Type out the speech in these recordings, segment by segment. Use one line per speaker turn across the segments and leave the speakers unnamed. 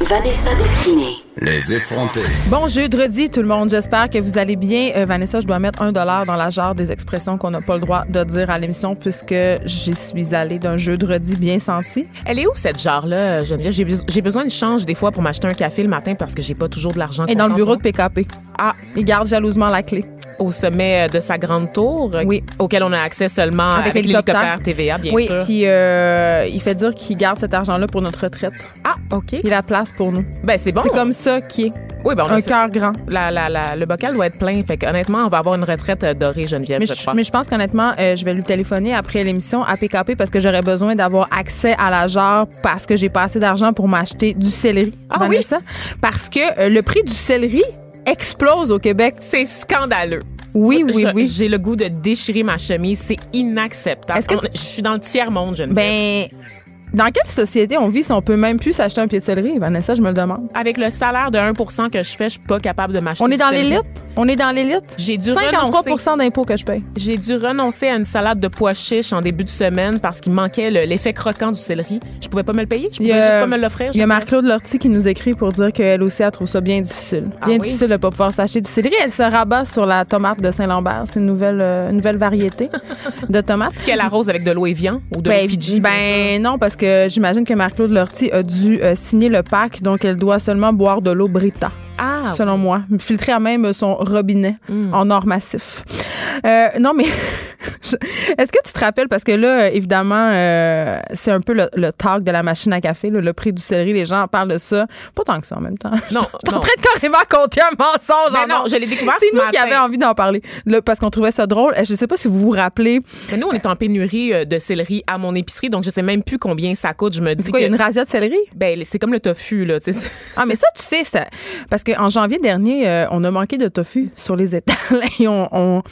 Vanessa Destinée.
Les effrontés.
Bon jeudi tout le monde, j'espère que vous allez bien. Euh, Vanessa, je dois mettre un dollar dans la jarre des expressions qu'on n'a pas le droit de dire à l'émission puisque j'y suis allée d'un jeudi bien senti.
Elle est où cette jarre-là, Geneviève? J'ai bes- J'ai besoin de change des fois pour m'acheter un café le matin parce que j'ai pas toujours de l'argent.
Et dans le
comptant
bureau
en
de PKP.
Ah.
il garde jalousement la clé.
ce moment. Au sommet de sa grande tour, euh,
Oui.
auquel on a accès seulement avec, l'hélicoptère TVA, bien
oui,
sûr.
puis euh, il fait dire qu'il garde cet argent-là pour notre retraite.
Ah, OK.
Il a la place pour nous.
Ben, c'est bon.
C'est comme ça qui est
Oui, ben, on a
un
fait-
cœur grand.
La, la, la- le bocal doit être plein. Fait que, honnêtement, on va avoir une retraite euh, dorée, Geneviève,
Mais
je
je,
crois.
mais je pense qu'honnêtement, euh, je vais lui téléphoner après l'émission à PKP parce que j'aurais besoin d'avoir accès à la jarre parce que j'ai pas assez d'argent pour m'acheter du céleri.
Ah
Vanessa. Parce que euh, le prix du céleri explose au Québec.
C'est scandaleux.
Oui, oui,
Je-
oui.
J'ai le goût de déchirer ma chemise. C'est inacceptable.
Est-ce que
On-
tu-
Je suis dans le tiers-monde, Geneviève.
Ben, dans quelle société on vit si on peut même plus s'acheter un pied de céleri, Vanessa, je me le demande.
Avec le salaire de 1 que je fais, je suis pas capable de m'acheter.
Ben On est
du
dans
céleri.
l'élite? On est dans l'élite?
J'ai dû renoncer.
53 d'impôts que je paye.
J'ai dû renoncer à une salade de pois chiches en début de semaine parce qu'il manquait le- l'effet croquant du céleri. Je pouvais pas me le payer. Je
Il y
pouvais
a-
juste pas me l'offrir.
Il y a Marc-Claude Lortie qui nous écrit pour dire qu'elle aussi, elle trouve ça bien difficile.
Ah
Bien
oui?
difficile de ne pas pouvoir s'acheter du céleri. Elle se rabat sur la tomate de Saint-Lambert. C'est une nouvelle, euh, une nouvelle variété de tomate.
Qu'elle arrose avec de l'eau Evian ou de l'eau
Ben,
Fidji. bien sûr.
ben non, parce que j'imagine que Marc-Claude Lortie a dû euh, signer le pack, donc elle doit seulement boire de l'eau Brita,
Ah, Mm.
selon moi. Filtrer à même son robinet en or massif. Euh, non, mais je- est-ce que tu te rappelles, parce que là, euh, évidemment, euh, c'est un peu le, le talk de la machine à café, là, le prix du céleri, les gens en parlent de ça. Pas tant que ça en même temps. Je suis
non,
en
non.
train de carrément compter un mensonge.
Ben
en
non,
or.
je l'ai découvert
C'est
ce
nous qui
matin.
avions envie d'en parler, là, parce qu'on trouvait ça drôle. Je sais pas si vous vous rappelez.
Mais nous, on est en pénurie euh, de céleri à mon épicerie, donc je sais même plus combien ça coûte. Je me dis
C'est quoi, il y a
que-
une razzia de céleri?
ben, c'est comme le tofu, là. tu sais.
Ah, mais ça, tu sais, ça- parce qu'en janvier dernier, euh, on a manqué de tofu sur les étals et on, on,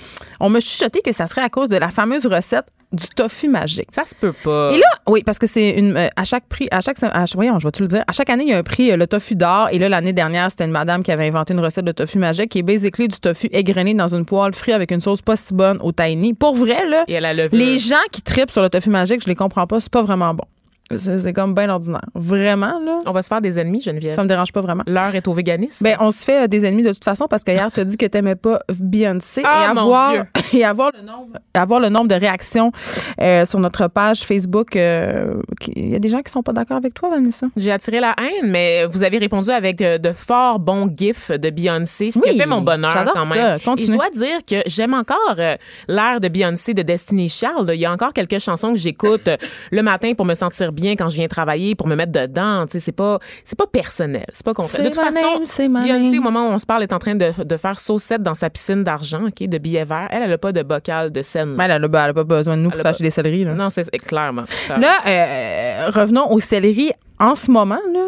on m'a chuchoté que ça serait à cause de la fameuse recette du tofu magique.
Ça se peut pas.
Et là, oui, parce que c'est une euh, à chaque prix, à chaque à, chaque- voyons, je vais-tu le dire, à chaque année il y a un prix euh, le tofu d'or et là l'année dernière, c'était une madame qui avait inventé une recette de tofu magique qui est basically du tofu égrené dans une poêle frit avec une sauce pas si bonne au tahini. Pour vrai là,
Et euh, elle a levé.
les gens qui tripent sur le tofu magique, je les comprends pas, c'est pas vraiment bon. C'est c'est comme bien ordinaire. Vraiment là,
On va se faire des ennemis, Geneviève.
ça me dérange pas vraiment.
L'heure est au véganisme.
Ben, on se fait euh, des ennemis de toute façon parce que hier, tu as dit que tu n'aimais pas Beyoncé.
Ah,
et
mon
avoir,
Dieu.
Et avoir le nombre, avoir le nombre de réactions euh, sur notre page Facebook, euh, qui- il y a des gens qui sont pas d'accord avec toi, Vanessa.
J'ai attiré la haine, mais vous avez répondu avec euh, de, forts bons gifs de Beyoncé, ce qui
Oui,
a fait mon bonheur
j'adore
quand
ça.
même.
Continue.
Et je dois dire que j'aime encore euh, l'ère de Beyoncé de Destiny Child. Il y a encore quelques chansons que j'écoute euh, le matin pour me sentir bien quand je viens travailler, pour me mettre dedans. Tu sais, c'est pas c'est pas personnel, c'est pas concret.
C'est
De toute
ma
façon,
name, c'est ma name.
Beyoncé, au moment où on se parle, est en train de, de faire saucette dans sa piscine d'argent, ok, de billets verts. Elle, elle a pas de bocal de scène.
Mais Ben, elle n'a pas, elle a pas besoin de nous pour
Elle a
s'acheter des céleris. Là,
Non, c'est c'est- clairement. clairement.
Là, euh, revenons au céleri. En ce moment, là,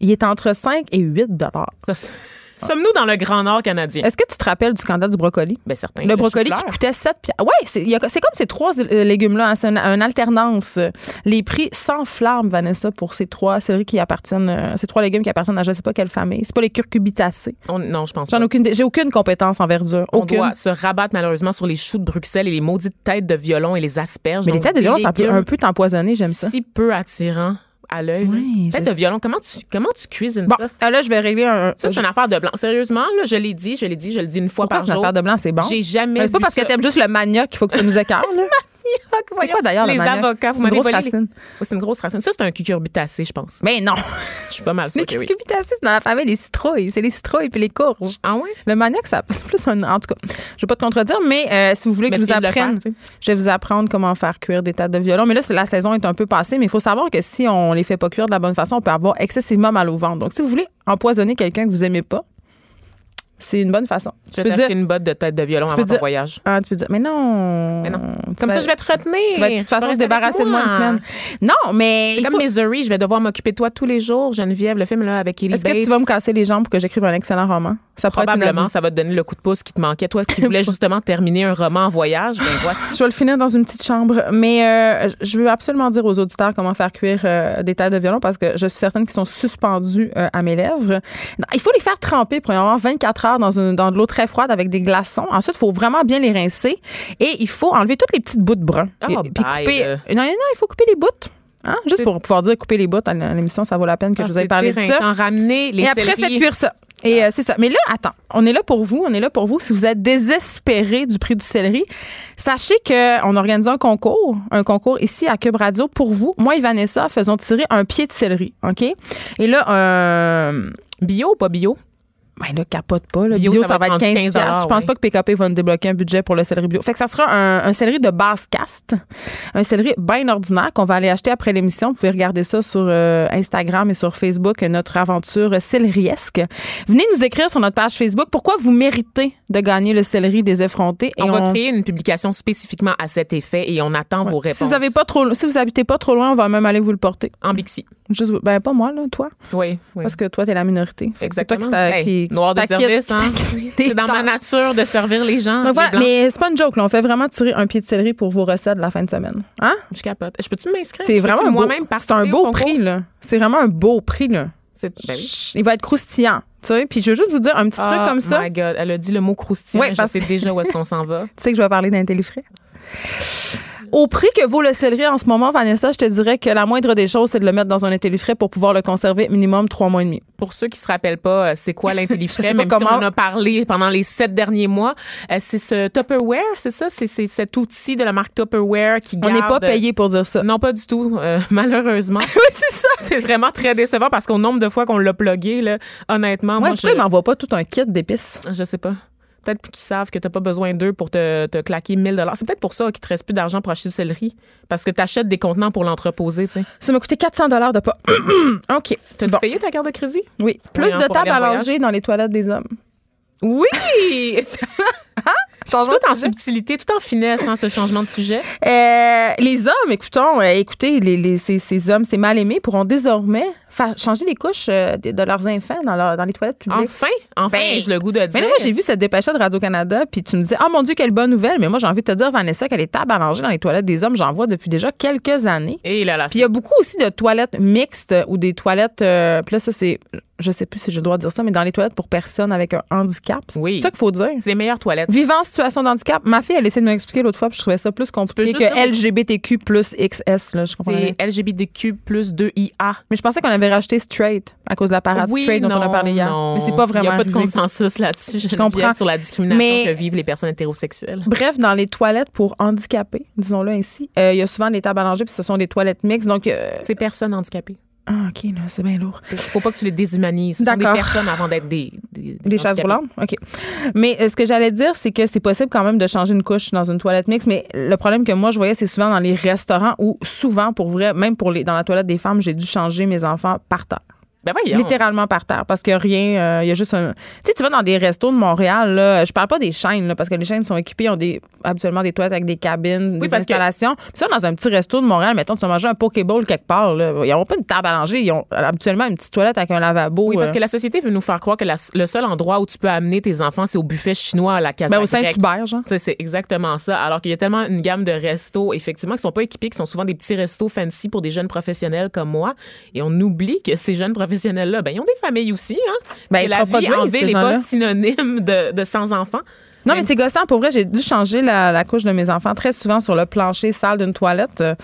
il est entre 5 et 8 dollars.
Ça, c'est- Sommes-nous dans le Grand Nord canadien?
Est-ce que tu te rappelles du scandale du brocoli?
Ben, certain.
Le brocoli qui
chou-fleur.
coûtait 7 piastres. Ouais, c'est il y a- c'est comme ces trois euh, légumes-là. hein, c'est une, une alternance. Les prix s'enflamment, Vanessa, pour ces trois céleri qui appartiennent, euh, ces trois légumes qui appartiennent à je sais pas quelle famille. C'est pas les curcubitacées.
On- non, je pense pas.
J'en ai aucune, j'ai aucune compétence en verdure.
On
Aucune.
doit se rabattre malheureusement sur les choux de Bruxelles et les maudites têtes de violon et les asperges.
Mais les
Donc,
têtes de
des
violon, ça peut
légumes
un peu t'empoisonner, j'aime ça.
Si peu attirant à l'œil.
Oui,
là.
je
Tête de
sais.
violon, comment tu, comment tu cuisines
Bon,
ça?
ah, là, je vais régler un.
Ça, c'est une affaire de blanc. Sérieusement, là, je l'ai dit, je l'ai dit, je le dis une fois
Pourquoi
par
c'est une
jour.
affaire de blanc, c'est bon?
J'ai jamais
Mais C'est pas
vu
parce
ça.
que t'aimes juste le manioc qu'il faut que tu nous écartes, là. C'est quoi d'ailleurs le
Les
manioc?
avocats,
C'est
vous
une
m'avez
grosse
volé les-
racine.
Oui, c'est une grosse racine. Ça, c'est un cucurbitacé, je pense.
Mais non!
Je suis pas mal
Les
sûre que oui.
curcubitacées, c'est dans la famille des citrouilles. C'est les citrouilles puis les courges.
Ah ouais?
Le manioc, ça, c'est plus un. En tout cas, je vais pas te contredire, mais euh, si vous voulez que
Mais
je vous
tu viens de le
apprenne,
faire, tu
je vais vous apprendre comment faire cuire des têtes de violon. Mais là, c'est- la saison est un peu passée, mais il faut savoir que si on les fait pas cuire de la bonne façon, on peut avoir excessivement mal au ventre. Donc, si vous voulez empoisonner quelqu'un que vous aimez pas, c'est une bonne façon.
Je vais t'acheter une botte de tête de violon
tu
avant
peux dire-
ton voyage.
Ah, tu peux dire, mais non.
Mais non.
Tu
Comme
vas-
ça, je vais te retenir.
Tu vas de toute façon se
rester avec
débarrasser de moi une
moi.
semaine. Non, mais.
C'est
il
comme
faut-
Misery, je vais devoir m'occuper de toi tous les jours, Geneviève, le film là avec Ellie
Est-ce que tu
Bates.
vas me casser les jambes pour que j'écrive un excellent roman? Ça pourrait être une
Probablement,
avenue.
ça va te donner le coup de pouce qui te manquait. Toi qui voulais justement terminer un roman en voyage, ben voici.
Je vais le finir dans une petite chambre. Mais euh, je veux absolument dire aux auditeurs comment faire cuire euh, des têtes de violon parce que je suis certaine qu'ils sont suspendus euh, à mes lèvres. Non, Il faut les faire tremper, premièrement, 24 heures dans, une, dans de l'eau très froide avec des glaçons. Ensuite, il faut vraiment bien les rincer. Et il faut enlever toutes les petites bouts de brun.
Ah,
et, puis
bye,
couper.
là.
Non, non, non, il faut couper les bouts. Hein? Juste
C'est- Ah,
pour pouvoir dire couper les bouts à l'émission, ça vaut la peine que je vous ai parlé de ça.
En ramener les
hein. Et après,
céleris.
faites cuire ça. Et euh, c'est ça. Mais là, attends, on est là pour vous, on est là pour vous. Si vous êtes désespéré du prix du céleri, sachez qu'on organise un concours, un concours ici à Cube Radio pour vous. Moi et Vanessa faisons tirer un pied de céleri, OK? Et là, euh,
Bio ou pas bio?
ben là, capote pas. Là.
Bio,
Bio,
ça
ça, va
va
être
être rendu
15
15
piastres. Je pense pas que PKP va nous débloquer un budget pour le céleri bio. Fait que ça sera un, un céleri de basse caste, un céleri bien ordinaire qu'on va aller acheter après l'émission. Vous pouvez regarder ça sur euh, Instagram et sur Facebook, notre aventure céleriesque. Venez nous écrire sur notre page Facebook pourquoi vous méritez de gagner le céleri des effrontés. Et
on, va
on-
créer une publication spécifiquement à cet effet et on attend vos réponses.
si vous avez pas trop, si vous habitez pas trop loin, on va même aller vous le porter.
En Bixi.
Juste, ben pas moi là, toi,
Oui, oui.
parce que toi t'es la minorité. Fait que c'est toi
Exactement.
qui t'a-
Hey,
qui- qui
noir de
t'inquiète,
service,
qui
hein?
t'inquiète des
C'est dans ma
tâches.
nature de servir les gens. les
Donc voilà,
Blancs.
mais c'est pas une joke. Là. On fait vraiment tirer un pied de céleri pour vos recettes de la fin de semaine. Hein?
Je capote. Je peux-tu m'inscrire?
C'est
Je peux-tu
vraiment un beau,
moi-même
c'est
participer
un
au
beau
concours?
prix. là. C'est vraiment un beau prix. Là.
C'est- ben oui.
Il va être croustillant. Tu sais? Puis je veux juste vous dire un petit truc
Ah,
comme ça.
my God. Elle a dit le mot croustillant.
Ouais,
mais je
parce
sais déjà où est-ce qu'on s'en va.
Tu sais que je vais parler d'un téléfrais. Au prix que vaut le céleri en ce moment, Vanessa, je te dirais que la moindre des choses, c'est de le mettre dans un intellifrais pour pouvoir le conserver minimum trois mois et demi.
Pour ceux qui se rappellent pas, euh, c'est quoi
Je sais
l'intelligence,
pas
même si
comment-
on en a parlé pendant les sept derniers mois, euh, c'est ce Tupperware, c'est ça? C'est c'est cet outil de la marque Tupperware qui
On
garde...
n'est pas payé pour dire ça.
Non, pas du tout, euh, malheureusement.
Oui, c'est ça.
c'est vraiment très décevant parce qu'au nombre de fois qu'on l'a plugué, là, honnêtement,
Ouais,
moi,
pourquoi il
je,
m'envoie pas tout un kit d'épices?
je sais pas. Peut-être qu'ils savent que t'as pas besoin d'eux pour te, te claquer 1000 dollars. C'est peut-être pour ça qu'il te reste plus d'argent pour acheter du céleri. Parce que t'achètes des contenants pour l'entreposer, tu sais.
Ça m'a coûté 400 de pas. OK.
T'as-tu
Bon.
payé ta carte de crédit?
Oui. Plus
hein,
de
pour aller
tables
en
à
voyage.
langer dans les toilettes des hommes.
Oui! tout
hein?
en subtilité, tout en finesse, hein, ce changement de sujet.
Euh, les hommes, écoutons, euh, écoutez, les, les- ces, ces hommes, ces mal-aimés pourront désormais fa- changer les couches euh, de, de leurs enfants dans, leur- dans les toilettes publiques.
Enfin, enfin,
Ben,
j'ai le goût de dire.
Mais là, moi, j'ai vu cette dépêche de Radio-Canada, puis tu me dis, ah mon Dieu, quelle bonne nouvelle, mais moi, j'ai envie de te dire, Vanessa, que les tables à langer dans les toilettes des hommes, j'en vois depuis déjà quelques années.
Et Eh là, là,
Puis il y a beaucoup aussi de toilettes mixtes ou des toilettes. euh, puis là, ça, c'est. Je sais plus si je dois dire ça, mais dans les toilettes pour personnes avec un handicap. C'est
Oui.
ça qu'il faut dire.
c'est les meilleures toilettes.
Vivant en situation d'handicap, ma fille, elle essaie de m'expliquer l'autre fois, puis je trouvais ça plus compliqué
Tu peux juste
que LGBTQ plus XS. Là, je comprends rien.
C'est LGBTQ plus 2IA.
Mais je pensais qu'on avait rajouté straight à cause de la parade straight dont on a parlé hier.
non.
Mais c'est pas
Il n'y
vraiment.
a pas de
arrivé.
consensus là-dessus. Je
comprends.
sur la discrimination
Mais-
que vivent les personnes hétérosexuelles.
Bref, dans les toilettes pour handicapés, disons-le ainsi, euh, il y a souvent des tables à langer, puis ce sont des toilettes mixtes. Donc, euh,
C'est personnes handicapées.
ah, OK, là, c'est bien lourd.
Il faut pas que tu les déshumanises. Ce sont des
D'accord.
personnes avant d'être des Des,
Des chaises
handicapés.
roulantes? OK. Mais euh, ce que j'allais dire, c'est que c'est possible quand même de changer une couche dans une toilette mixte, mais le problème que moi, je voyais, c'est souvent dans les restaurants où, souvent, pour vrai, même pour les, dans la toilette des femmes, j'ai dû changer mes enfants par terre.
Ben voyons.
Littéralement par terre, parce que rien, euh, il y a juste un. Tu sais, tu vas dans des restos de Montréal, là, je parle pas des chaînes, là, parce que les chaînes sont équipées, ont des, habituellement des toilettes avec des cabines, des
parce que-
installations. Puis ça, dans un petit resto de Montréal, mettons, tu vas manger un Pokéball quelque part, là, ils n'ont pas une table à langer, ils ont habituellement une petite toilette avec un lavabo.
Oui, parce
euh,
que la société veut nous faire croire que la- le seul endroit où tu peux amener tes enfants, c'est au buffet chinois à la casa
ben, au
grecque.
Saint-Hubert, genre.
Tu sais, C'est exactement ça. Alors qu'il y a tellement une gamme de restos, effectivement, qui sont pas équipés, qui sont souvent des petits restos fancy pour des jeunes professionnels comme moi. Et on oublie que ces jeunes professionnels-là, ben, ils ont des familles aussi. Hein?
Ben,
Que
ils se
la vie
reproduisent,
en ville
ces
n'est pas
gens-là.
synonyme de, de sans enfants.
Non, mais c'est gossant. Pour vrai, j'ai dû changer la, la couche de mes enfants très souvent sur le plancher sale d'une toilette. Euh,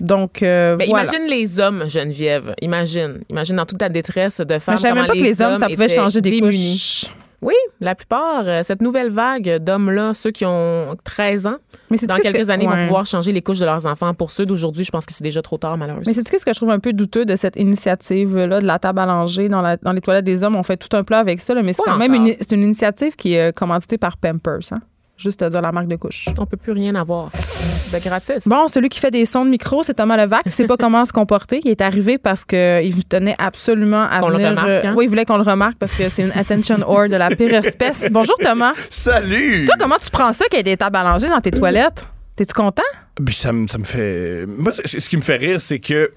Donc, euh,
Mais
voilà.
Ben, imagine les hommes, Geneviève. Imagine. Imagine dans toute ta détresse de
Mais
femme.
Ben, je savais même pas que les hommes, ça pouvait changer des couches.
Oui, la plupart, euh, cette nouvelle vague d'hommes-là, ceux qui ont 13 ans,
Mais c'est
dans
tout ce
quelques
que-
années, vont
ouais.
pouvoir changer les couches de leurs enfants. Pour ceux d'aujourd'hui, je pense que c'est déjà trop tard, malheureusement.
Mais c'est ce que je trouve un peu douteux de cette initiative-là, de la table à langer dans, la- dans les toilettes des hommes. On fait tout un plat avec ça, là, mais c'est
Pas
quand même
encore.
une, c'est une initiative qui est euh, commanditée par Pampers. Hein? Juste à dire la marque de couche.
On peut plus rien avoir de gratis.
Bon, celui qui fait des sons de micro, c'est Thomas Levac. Il sait pas comment se comporter. Il est arrivé parce que il tenait absolument à
Qu'on le
venir,
remarque,
euh,
hein?
Oui, il voulait qu'on le remarque parce que c'est une attention whore de la pire espèce. Bonjour Thomas.
Salut!
Toi, comment tu prends ça qu'il y ait des tables à langer dans tes toilettes? T'es-tu content?
Ah, Puis ça, me- ça me fait. Moi, c- ce qui me fait rire, c'est que.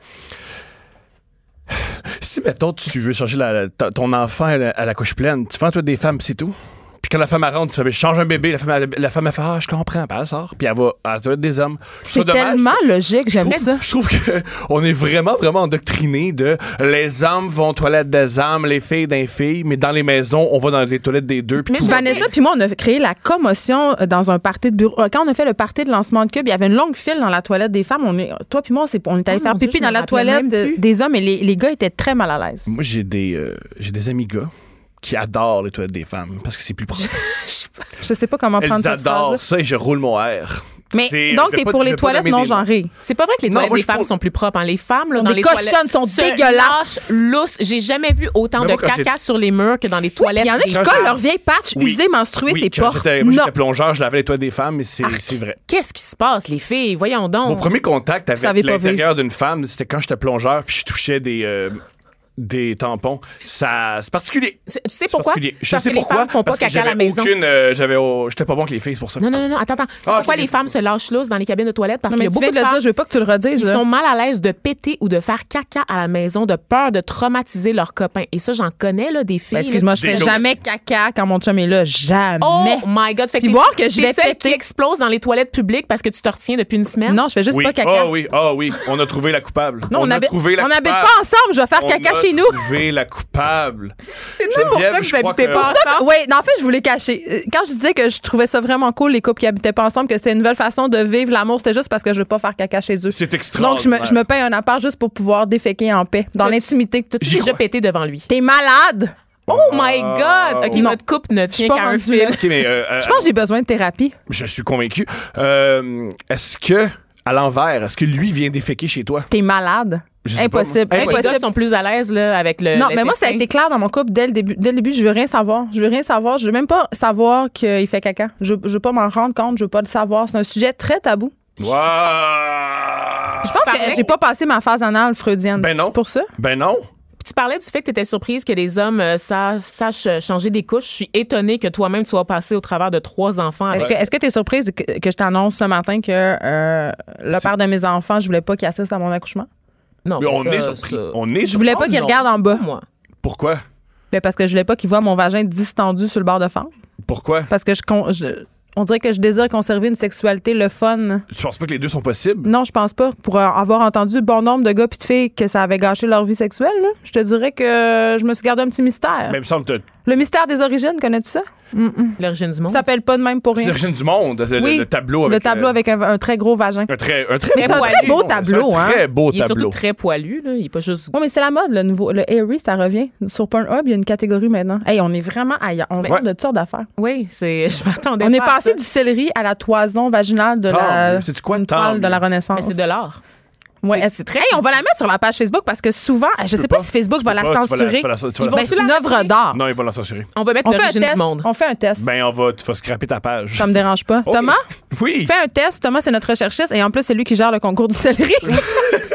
Si, mettons, tu veux chercher la- ta- ton enfant à la, à la couche pleine, tu prends toi des femmes, pis c'est tout. Puis quand la femme elle rentre, tu fais, je change un bébé, la femme, elle- la femme elle fait, ah, je comprends, puis elle sort, puis elle va, elle doit être des hommes. Je trouve
C'est
ça dommage.
tellement logique, j'aime
Je trouve-
ça.
Je trouve que on est vraiment, vraiment endoctriné de les hommes vont aux toilettes des hommes, les filles d'un filles, mais dans les maisons, on va dans les toilettes des deux. puis
Mais
tout va bien.
Vanessa puis moi, on a créé la commotion dans un party de bureau. Euh, Quand on a fait le party de lancement de cube, il y avait une longue file dans la toilette des femmes. On est, toi puis moi, on s'est- on est allé
Oh
faire
mon Dieu,
pipi
je
dans
me
la
rappelais
toilette
même plus.
des hommes et les, les gars étaient très mal à l'aise.
Moi, j'ai des, euh, j'ai des amis gars qui adorent les toilettes des femmes parce que c'est plus propre.
Je sais pas comment prendre
Elles
cette phrase.
adorent ça et je roule mon R.
Mais
C'est-
donc,
je vais
t'es
pas-
pour
je
les
vais pas
toilettes
nommer
non
des noms.
genrées.
C'est pas vrai que les
Non,
toilettes
moi,
des
je trouve-
femmes sont plus propres. hein. Les femmes, là,
Sont
dans
des
les
cochonnes,
toilettes...
sont
se
dégueulasses.
lâchent lousses. J'ai jamais vu autant
Mais
de
moi, quand
caca sur les murs que dans les toilettes
Il y en a qui
des
collent
femmes.
leur vieille patch
Oui.
usée, menstruée,
Oui,
c'est
quand
pas.
j'étais- moi,
Non.
J'étais plongeur, je lavais les toilettes des femmes, mais
Ah,
c'est c'est vrai.
Qu'est-ce qui se passe, les filles? Voyons donc.
Mon premier contact
savez
avec
pas
l'intérieur d'une femme, c'était quand j'étais plongeur puis je touchais des euh, des tampons. Ça, c'est particulier.
C'est- Tu sais
C'est
pourquoi?
particulier. Je
Parce
sais
que
pourquoi.
les femmes font pas
parce que
caca à la
j'avais
maison.
Aucune, euh, j'avais, oh, j'étais pas bon avec les filles c'est pour ça.
Non, non, non, non. Attends, attends. Tu sais
Ah,
pourquoi
ok.
les femmes se lâchent lousses dans les cabines de toilettes? Parce
Non,
qu'il y
mais
a
tu viens
beaucoup
de
de
le dire,
femmes
je veux pas que tu le redises.
qui
là.
sont mal à l'aise de péter ou de faire caca à la maison de peur de traumatiser leurs copains. Et ça, j'en connais, là, des filles.
Ben,
là,
excuse-moi, je
Des
fais
choses.
jamais caca quand mon chum est là. Jamais.
Oh my God! Fait
Puis
t'es-
voir que je
t'es
vais
celle
péter.
qui explose dans les toilettes publiques parce que tu te retiens depuis une semaine.
Non, je fais juste
Oui.
pas caca.
Ah oui, ah oui, on a trouvé la coupable.
Non, on
a
habite-
trouvé la
on habite
coupable.
pas ensemble, je vais faire caca
a
chez nous.
trouvé la coupable. C'est
pour ça que vous habitez pas ensemble.
Oui, en fait, je voulais cacher. Euh, Quand je disais que je trouvais ça vraiment cool, les couples qui habitaient pas ensemble, que c'était une nouvelle façon de vivre l'amour, c'était juste parce que je veux pas faire caca chez eux.
C'est extraordinaire.
Donc, je me, je me paye un appart juste pour pouvoir déféquer en paix, dans
T'as-tu-
l'intimité.
T'as-tu déjà pété devant lui?
T'es malade!
Oh my God! OK,
Non.
notre couple ne tient
pas
qu'à un
rendue
fil.
là.
Ok, mais, euh, euh,
Je pense que j'ai besoin de thérapie.
je suis convaincu. Euh, est-ce que à l'envers, est-ce que lui vient déféquer chez toi
T'es malade.
Je sais pas,
Impossible.
moi.
Les gars
Impossible.
sont plus à l'aise là, avec le.
Non,
le
mais moi, ça a
testing.
été clair dans mon couple dès le début. Dès le début, je veux rien savoir. Je veux rien savoir. Je veux même pas savoir qu'il fait caca. Je, je veux pas m'en rendre compte. Je veux pas le savoir. C'est un sujet très tabou.
Wow!
Je pense que
parlais-
j'ai pas passé ma phase anale freudienne.
Ben non.
C'est pour ça.
Ben non.
Puis Tu parlais du fait que tu étais surprise que les hommes euh, sa- sachent euh, changer des couches. Je suis étonnée que toi-même, tu sois passé au travers de trois enfants.
Est-ce
avec-
que- est-ce que tu es surprise que, que je t'annonce ce matin que euh, le père de mes enfants, je voulais pas qu'il assiste à mon accouchement?
Non,
Mais
mais
on
ça,
est surpris.
ça-
On est
Je voulais
surpris.
pas
Oh
qu'il
non,
regarde en bas.
Moi.
Pourquoi?
Ben, parce que je voulais pas qu'il voit mon vagin distendu sur le bord de fente.
Pourquoi?
Parce que je, con- je- on dirait que je désire conserver une sexualité le fun.
Tu penses pas que les deux sont possibles?
Non, je pense pas. Pour euh, avoir entendu bon nombre de gars puis de filles que ça avait gâché leur vie sexuelle, là, je te dirais que je me suis gardé un petit mystère.
Mais Ben, il me semble que t'as-
Le mystère des origines, connais-tu ça?
L'origine du monde.
Ça s'appelle pas de même pour
c'est
rien.
l'origine du monde, le,
Oui,
le tableau avec.
le tableau
euh,
avec un, un très gros vagin.
Un très, un très
Mais
beau
c'est un très
tableau.
beau
Non, c'est un
tableau, hein.
Très beau
Il est surtout
tableau.
très poilu. Là. Il n'est pas juste.
Oui, mais c'est la mode, le nouveau. Le Airy, ça revient. Sur Pornhub, il y a une catégorie maintenant. Hey, on est vraiment ailleurs. On parle de toutes sortes d'affaires.
Oui, c'est. Je m'attendais
On est
pas à ça.
passé du céleri à la toison vaginale de
Tant
la.
mieux. C'est-tu quoi?
une
Tant
toile de
mieux.
la Renaissance.
Mais c'est de l'art.
Ouais,
c'est-
est-ce-
c'est très
Hey, on va la mettre sur la page Facebook parce que souvent, je sais
peux
pas,
pas.
si Facebook
Tu
va
peux
la
pas, tu vas la-
censurer.
tu vas la- tu vas la-
Mais c'est une œuvre d'art.
Non, ils vont la censurer.
On va mettre
On fait un
l'origine
test.
du monde.
On fait un test.
Ben, on va, tu vas scraper ta page.
Ça me dérange pas.
Ok.
Thomas,
Oui.
fais un test. Thomas, c'est notre recherchiste et en plus, c'est lui qui gère le concours du céleri.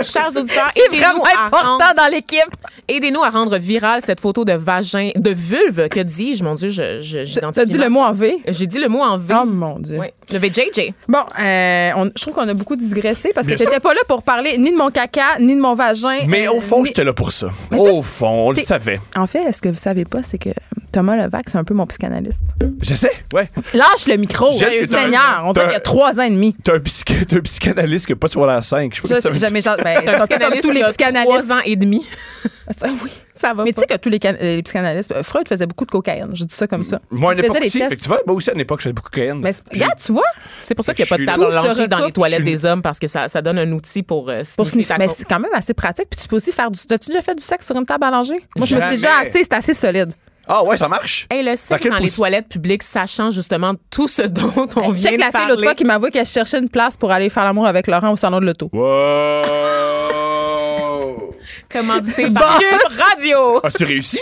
Chers auditeurs,
Il est
aidez-nous
vraiment
à
important dans l'équipe.
Aidez-nous à rendre virale cette photo de vagin, de vulve. Que dis-je? Mon Dieu, je, je,
T'as dit le mot en V?
J'ai dit le mot en V.
Oh mon Dieu.
Ouais. Le VJJ.
Bon, euh, on- je trouve qu'on a beaucoup digressé parce que
Bien sûr.
t'étais pas là pour parler ni de mon caca, ni de mon vagin.
Mais
euh,
au fond,
ni-
j'étais là pour ça. Au fond, on le
T'es-
savait.
En fait, ce que vous savez pas, c'est que Thomas Levac, c'est un peu mon psychanalyste.
Je sais. Ouais.
Lâche le micro,
J'ai-
euh, Seigneur. On dirait
t'as-
qu'il y a trois ans et demi.
T'es un, psy- t'es un psychanalyste qui n'a pas de soir à la 5. Je sais pas
Je
si ça veut
sais
dire.
jamais. genre, ben, c'est un peu comme tous les
qui a
psychanalystes.
Trois ans et demi.
Ça, oui.
Ça va
Mais tu
pas.
sais que tous les, can- les psychanalystes, euh, Freud faisait beaucoup de cocaïne. Je dis ça comme ça.
Moi, à
Il
une époque
faisait des
aussi.
tests.
Fait que tu vois, moi aussi, à une époque, je faisais beaucoup de cocaïne.
Mais c'est- regarde, tu vois,
C'est pour ça qu'il n'y a pas de
Je suis
table
là. Tout se
rangée dans les
recoupe.
toilettes
Je suis-
des hommes parce que ça, ça donne un outil pour euh,
pour sniffer.
sniffer ta
Mais
coke.
c'est quand même assez pratique. Puis tu peux aussi faire du. T'as-tu déjà fait du sexe sur une table à langer? Moi, je me suis
Jamais.
déjà assez. C'est assez solide.
Ah ouais, ça marche.
Hey, le sexe
quelle
dans les
position-
toilettes publiques, sachant justement tout ce dont on vient
Check
de
la fille
parler.
l'autre fois qui m'avoue qu'elle cherchait une place pour aller faire l'amour avec Laurent au salon de l'auto.
Wow!
Commandité par Cube Radio.
As-tu réussi?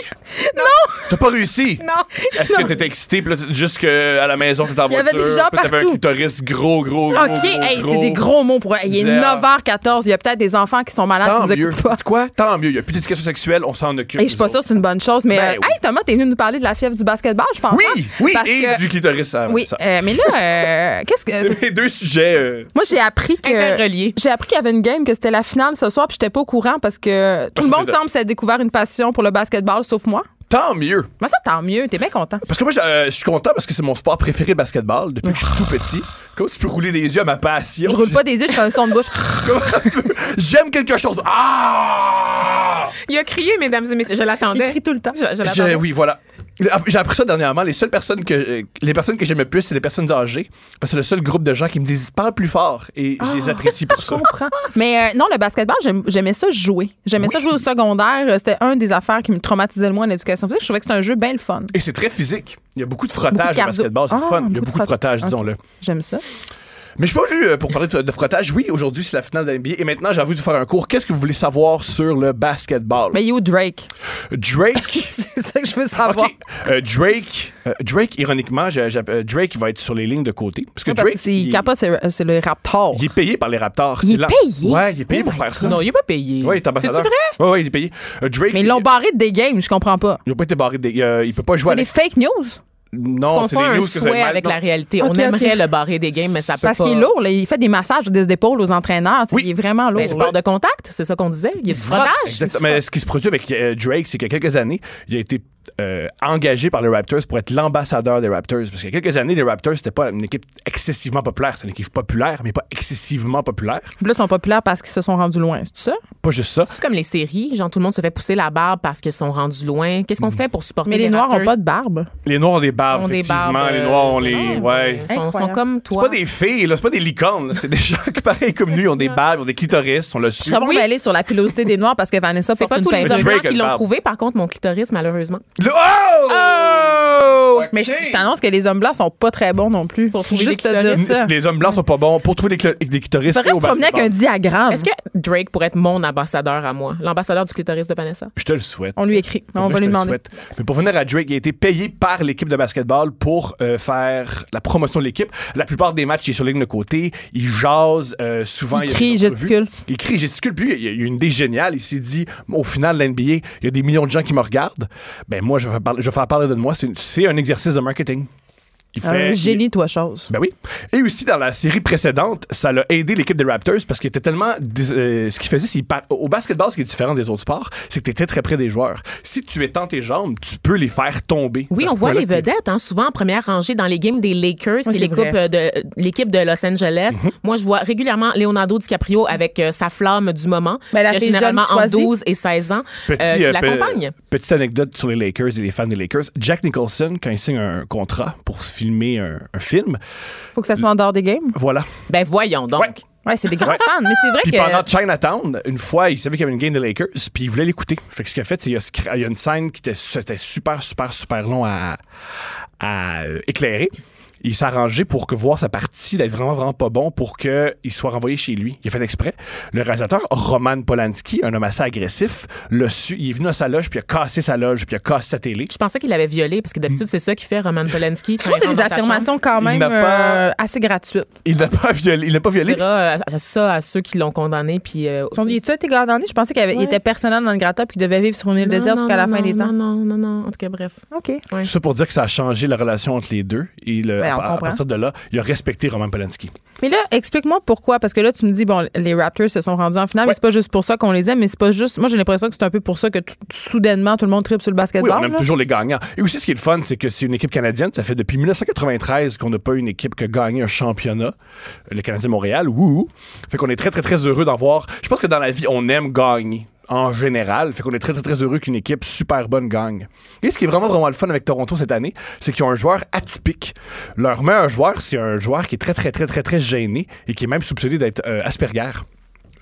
Non! T'as pas réussi?
Non.
Est-ce que t'étais excité, puis là, t- juste que à la maison, t'étais en
y
voiture,
avait des gens
puis t'avais un
partout.
clitoris gros, gros, gros,
OK,
gros,
hey, c'est
gros.
des gros mots pour. Il est
disais, ah.
9h14. Il y a peut-être des enfants qui sont malades.
Tant
qui nous
mieux.
écoutent Ah, pas.
C'est quoi? Tant mieux. Il n'y a plus d'éducation sexuelle, on s'en occupe.
Hey, je suis pas
nous
sûre que c'est une bonne chose, mais
Ben
euh,
oui.
hey, Thomas, t'es venu nous parler de la fièvre du basketball, je pense.
autres.
hein?
Oui, oui,
Parce
et
que-
du clitoris. Ça,
Oui,
ça.
euh, mais là, euh, qu'est-ce que.
C'est mes deux sujets. euh,
Moi, j'ai appris que.
Interreliés.
J'ai appris qu'il y avait une game, que c'était la finale ce soir, puis j'étais pas au courant parce que euh, tout le monde semble s'être découvert une passion pour le basketball, sauf moi.
Tant mieux.
Mais ça, tant mieux. T'es bien content.
Parce que moi, je euh, je suis content parce que c'est mon sport préféré, le basketball, depuis que je suis tout petit. Comment tu peux rouler les yeux à ma passion?
Je roule pas des yeux, je fais un son de bouche.
Comment ça peut- J'aime quelque chose. Ah!
Il a crié, mesdames et messieurs. Je l'attendais.
Il crie tout le temps.
Je, je
J'ai-
l'attendais.
oui, voilà. J'ai appris ça dernièrement. Les seules personnes que euh, les personnes que j'aime le plus, c'est les personnes âgées. Parce que c'est le seul groupe de gens qui me disent parle plus fort et je les apprécie pour ça.
Ah. comprends. Mais euh, non, le basketball, j'aime- j'aimais ça jouer. J'aimais ça jouer au secondaire. Euh, C'était un des affaires qui me traumatisait le moins en éducation physique. Je trouvais que c'était un jeu bien le fun.
Et c'est très physique. Il y a beaucoup de
Beaucoup
frottage
de
au
cardio.
basketball, c'est le
Ah,
fun. Il y a
beaucoup de
beaucoup de frottage,
frottage.
disons-le.
J'aime ça.
Mais je suis pas venu euh, pour parler de, de frottage. Oui, aujourd'hui, c'est la finale de la NBA. Et maintenant, j'ai envie de vous faire un cours. Qu'est-ce que vous voulez savoir sur le basketball?
Mais you Drake.
Drake.
C'est ça que je veux savoir.
OK. Euh, Drake. euh, Drake, ironiquement, j'ai- j'ai- euh, Drake il va être sur les lignes de côté. Parce que
Non, Ah, parce
Drake.
que c'est
il-
capote, c'est euh, c'est le Raptor.
Il est payé par les Raptors.
Il
c'est
est
là.
payé?
Ouais, il est payé
Oh
pour
my
faire ça.
Non, il n'est pas payé.
Ouais, il est
C'est-tu
ambassadeur.
vrai?
Ouais, ouais, il est payé. Euh, Drake.
Mais ils
c'est-
l'ont barré de des games, je comprends pas.
Ils n'ont pas été barrés. Des, euh, il peut pas jouer
C'est
à
des
l'ex-
fake news.
Non,
qu'on fait
c'est des
un
news que vous avez
souhait
mal-
avec
non.
la réalité.
Ok,
On
ok.
aimerait le barrer des games, mais ça peut
Parce
pas.
qu'il est lourd, là. il fait des massages des épaules aux entraîneurs. tu sais,
Oui.
Il est vraiment lourd.
Ben, sport de contact, c'est ça qu'on disait. Il y a du frottage.
Exactement. Mais ce qui se produit avec euh, Drake, c'est qu'il y a quelques années, il a été euh, engagé par les Raptors pour être l'ambassadeur des Raptors. Parce qu'il y a quelques années, les Raptors, c'était pas une équipe excessivement populaire. C'est une équipe populaire, mais pas excessivement populaire.
Puis Là, ils sont populaires parce qu'ils se sont rendus loin, c'est ça?
Pas juste ça.
C'est comme les séries, genre tout le monde se fait pousser la barbe parce qu'ils sont rendus loin. Qu'est-ce
Mm.
qu'on fait pour supporter
Mais les, Noirs
Raptors?
n'ont pas de barbe.
Les Noirs ont des barbes,
Ont des
effectivement.
barbes,
les Noirs ont
euh,
les.
énormes.
Ouais.
Ils sont, sont
Incroyable.
comme
C'est
toi.
pas des filles, là. C'est pas des licornes, là. C'est des gens qui, pareil comme nous, ont des barbes, ont des clitoris, on le
Je
su.
serais bon d'aller sur la pilosité des Noirs parce que Vanessa
C'est
porte
pas
une
tous les
peinture.
hommes blancs
Drake a
qui
une
l'ont
barbe.
trouvé, par contre, mon clitoris, malheureusement.
Le- Oh!
Mais je, je t'annonce que les hommes blancs sont pas très bons non plus.
trouver
Juste
des
te dire
clitoris.
ça.
Les hommes blancs sont pas bons pour trouver des, cl- des clitoris. oh,
Il
ben,
faudrait
et au
se promener avec un
basketball.
diagramme.
Est-ce que Drake pourrait être mon ambassadeur à moi? L'ambassadeur du clitoris de Vanessa?
Je te le souhaite.
On lui écrit.
Pour
On
vrai,
va lui
je te le
demander.
souhaite. Mais pour venir à Drake, il a été payé par l'équipe de basketball pour euh, faire la promotion de l'équipe. La plupart des matchs, il est sur la ligne de côté. Il jase euh, souvent.
Il
y a
crie,
des entrevues.
gesticule.
Il crie, gesticule. Puis il y a eu une idée géniale. Il s'est dit, au final de l'NBA, il y a des millions de gens qui me regardent. Ben moi, je vais faire parler, je vais faire parler de moi. C'est une- C'est un exercice de marketing. Il
Un
il-
génie, toi, chose.
ben oui. Et aussi, dans la série précédente, ça l'a aidé l'équipe des Raptors parce qu'il était tellement. dis- euh, ce qu'il faisait, c'est qu'il par- Au basketball, ce qui est différent des autres sports, c'est que tu étais très près des joueurs. Si tu étends tes jambes, tu peux les faire tomber.
Oui,
Ça,
on
ce
voit
point-là,
les
t'es-
vedettes, hein, souvent en première rangée dans les games des Lakers,
Oui,
puis
c'est
les coupes,
vrai.
euh, de l'équipe de Los Angeles.
Mm-hmm.
Moi, je vois régulièrement Leonardo DiCaprio avec euh, sa flamme du moment,
Ben, la
qui a
fille jeune
généralement entre
choisie.
12 et 16 ans,
Petit,
euh, qui
euh, pe-
l'accompagne.
petite anecdote sur les Lakers et les fans des Lakers. Jack Nicholson, quand il signe un contrat pour se filmer un, un film,
Faut que ça soit en dehors des games.
voilà.
Ben voyons donc.
Ouais.
Ouais, c'est des grands
Ouais.
fans. Mais c'est vrai
Puis
que.
pendant Chinatown, une fois, il savait qu'il y avait une game des Lakers, puis il voulait l'écouter. Fait que ce qu'il a fait, c'est qu'il a, scra- il y a une scène qui était, c'était super, super, super long à, à, euh, éclairer. Il s'est arrangé pour que voir sa partie d'être vraiment, vraiment pas bon pour qu'il soit renvoyé chez lui. Il a fait exprès. Le réalisateur, Roman Polanski, un homme assez agressif, l'a su. Il est venu à sa loge, puis il a cassé sa loge, puis il a cassé sa télé.
Je pensais qu'il l'avait violé parce que d'habitude, c'est ça qui fait Roman Polanski.
Je trouve que c'est des affirmations quand
Il
même
n'a pas-
euh, assez gratuites.
Il l'a pas violé. Il l'a pas
Tu
hein.
violé.
diras euh, ça à ceux qui l'ont condamné. Puis, euh,
Son, il a été condamné? Je pensais qu'il avait- il
Ouais.
était personnel dans le gratta puis qu'il devait vivre sur une île
Non,
déserte
non,
jusqu'à la
non,
fin des
non,
temps.
Non, non, non, non. En tout cas, bref.
OK.
Tout ça pour dire que ça a changé la relation entre les deux. Et le-
Ouais, Ben, on
à, à
comprend.
partir de là, il a respecté Roman Polanski.
Mais là, explique-moi pourquoi. Parce que là, tu me dis, bon, les Raptors se sont rendus en finale, mais
Ouais.
c'est pas juste pour ça qu'on les aime, mais c'est pas juste. Moi, j'ai l'impression que c'est un peu pour ça que tout- soudainement, tout le monde tripe sur le
Oui,
basketball.
on aime
là.
toujours les gagnants. Et aussi, ce qui est le fun, c'est que c'est une équipe canadienne. Ça fait depuis 1993 qu'on n'a pas une équipe qui a gagné un championnat. Le Canadien de Montréal, wouhou. Fait qu'on est très, très, très heureux d'en voir. Je pense que dans la vie, on aime gagner. En général, fait qu'on est très, très, très heureux qu'une équipe super bonne gagne. Et ce qui est vraiment, vraiment le fun avec Toronto cette année, c'est qu'ils ont un joueur atypique. Leur meilleur joueur, c'est un joueur qui est très, très, très, très, très gêné et qui est même soupçonné d'être euh, Asperger.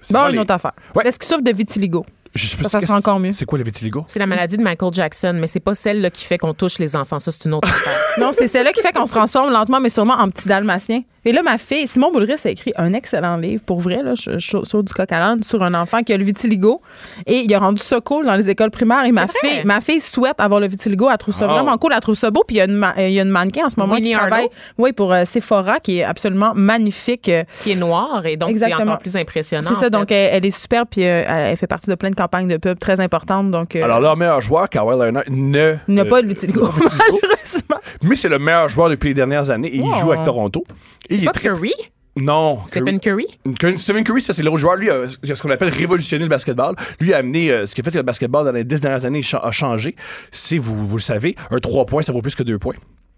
C'est
Bon,
vraiment
une
les-
autre affaire.
Ouais.
Est-ce qu'ils souffrent de vitiligo?
Je sais pas
Ça, ça
si-
sera encore mieux.
C'est quoi le vitiligo?
C'est la maladie de Michael Jackson, mais c'est pas celle là, qui fait qu'on touche les enfants. Ça, c'est une autre affaire.
Non, c'est celle-là qui fait qu'on se transforme lentement, mais sûrement en petit dalmatien. Et là, ma fille, Simon Boulris a écrit un excellent livre, pour vrai, là, je, je, sur du coq à l'âne, sur un enfant qui a le vitiligo. Et il a rendu ça cool dans les écoles primaires. Et ma
vrai?
fille, ma fille souhaite avoir le vitiligo. Elle trouve ça
Oh.
vraiment cool. Elle trouve ça beau. Puis il y a une, ma- euh, il y a une mannequin en ce moment
Winnie
qui travaille
Arlo?
oui, pour euh, Sephora, qui est absolument magnifique. Euh,
qui est noire et donc c'est
Exactement.
encore plus impressionnant.
C'est
en
ça,
fait.
donc elle, elle est superbe. Puis euh, elle, elle fait partie de plein de campagnes de pub très importantes. Donc, euh,
Alors, leur meilleur joueur, Kawhi Leonard, ne.
il n'a
euh,
pas de vitiligo, malheureusement. Oh.
Mais c'est le meilleur joueur depuis les dernières années et il joue avec Toronto. Et il est
Pas
très-
Curry?
Non.
Stephen Curry?
Curry- Stephen Curry, ça, c'est l'autre joueur. Lui, a ce qu'on appelle révolutionné le basketball. Lui a amené euh, ce qui a fait que le basketball dans les dix dernières années cha- a changé. C'est, vous, vous le savez, un 3 points, ça vaut plus que 2 points.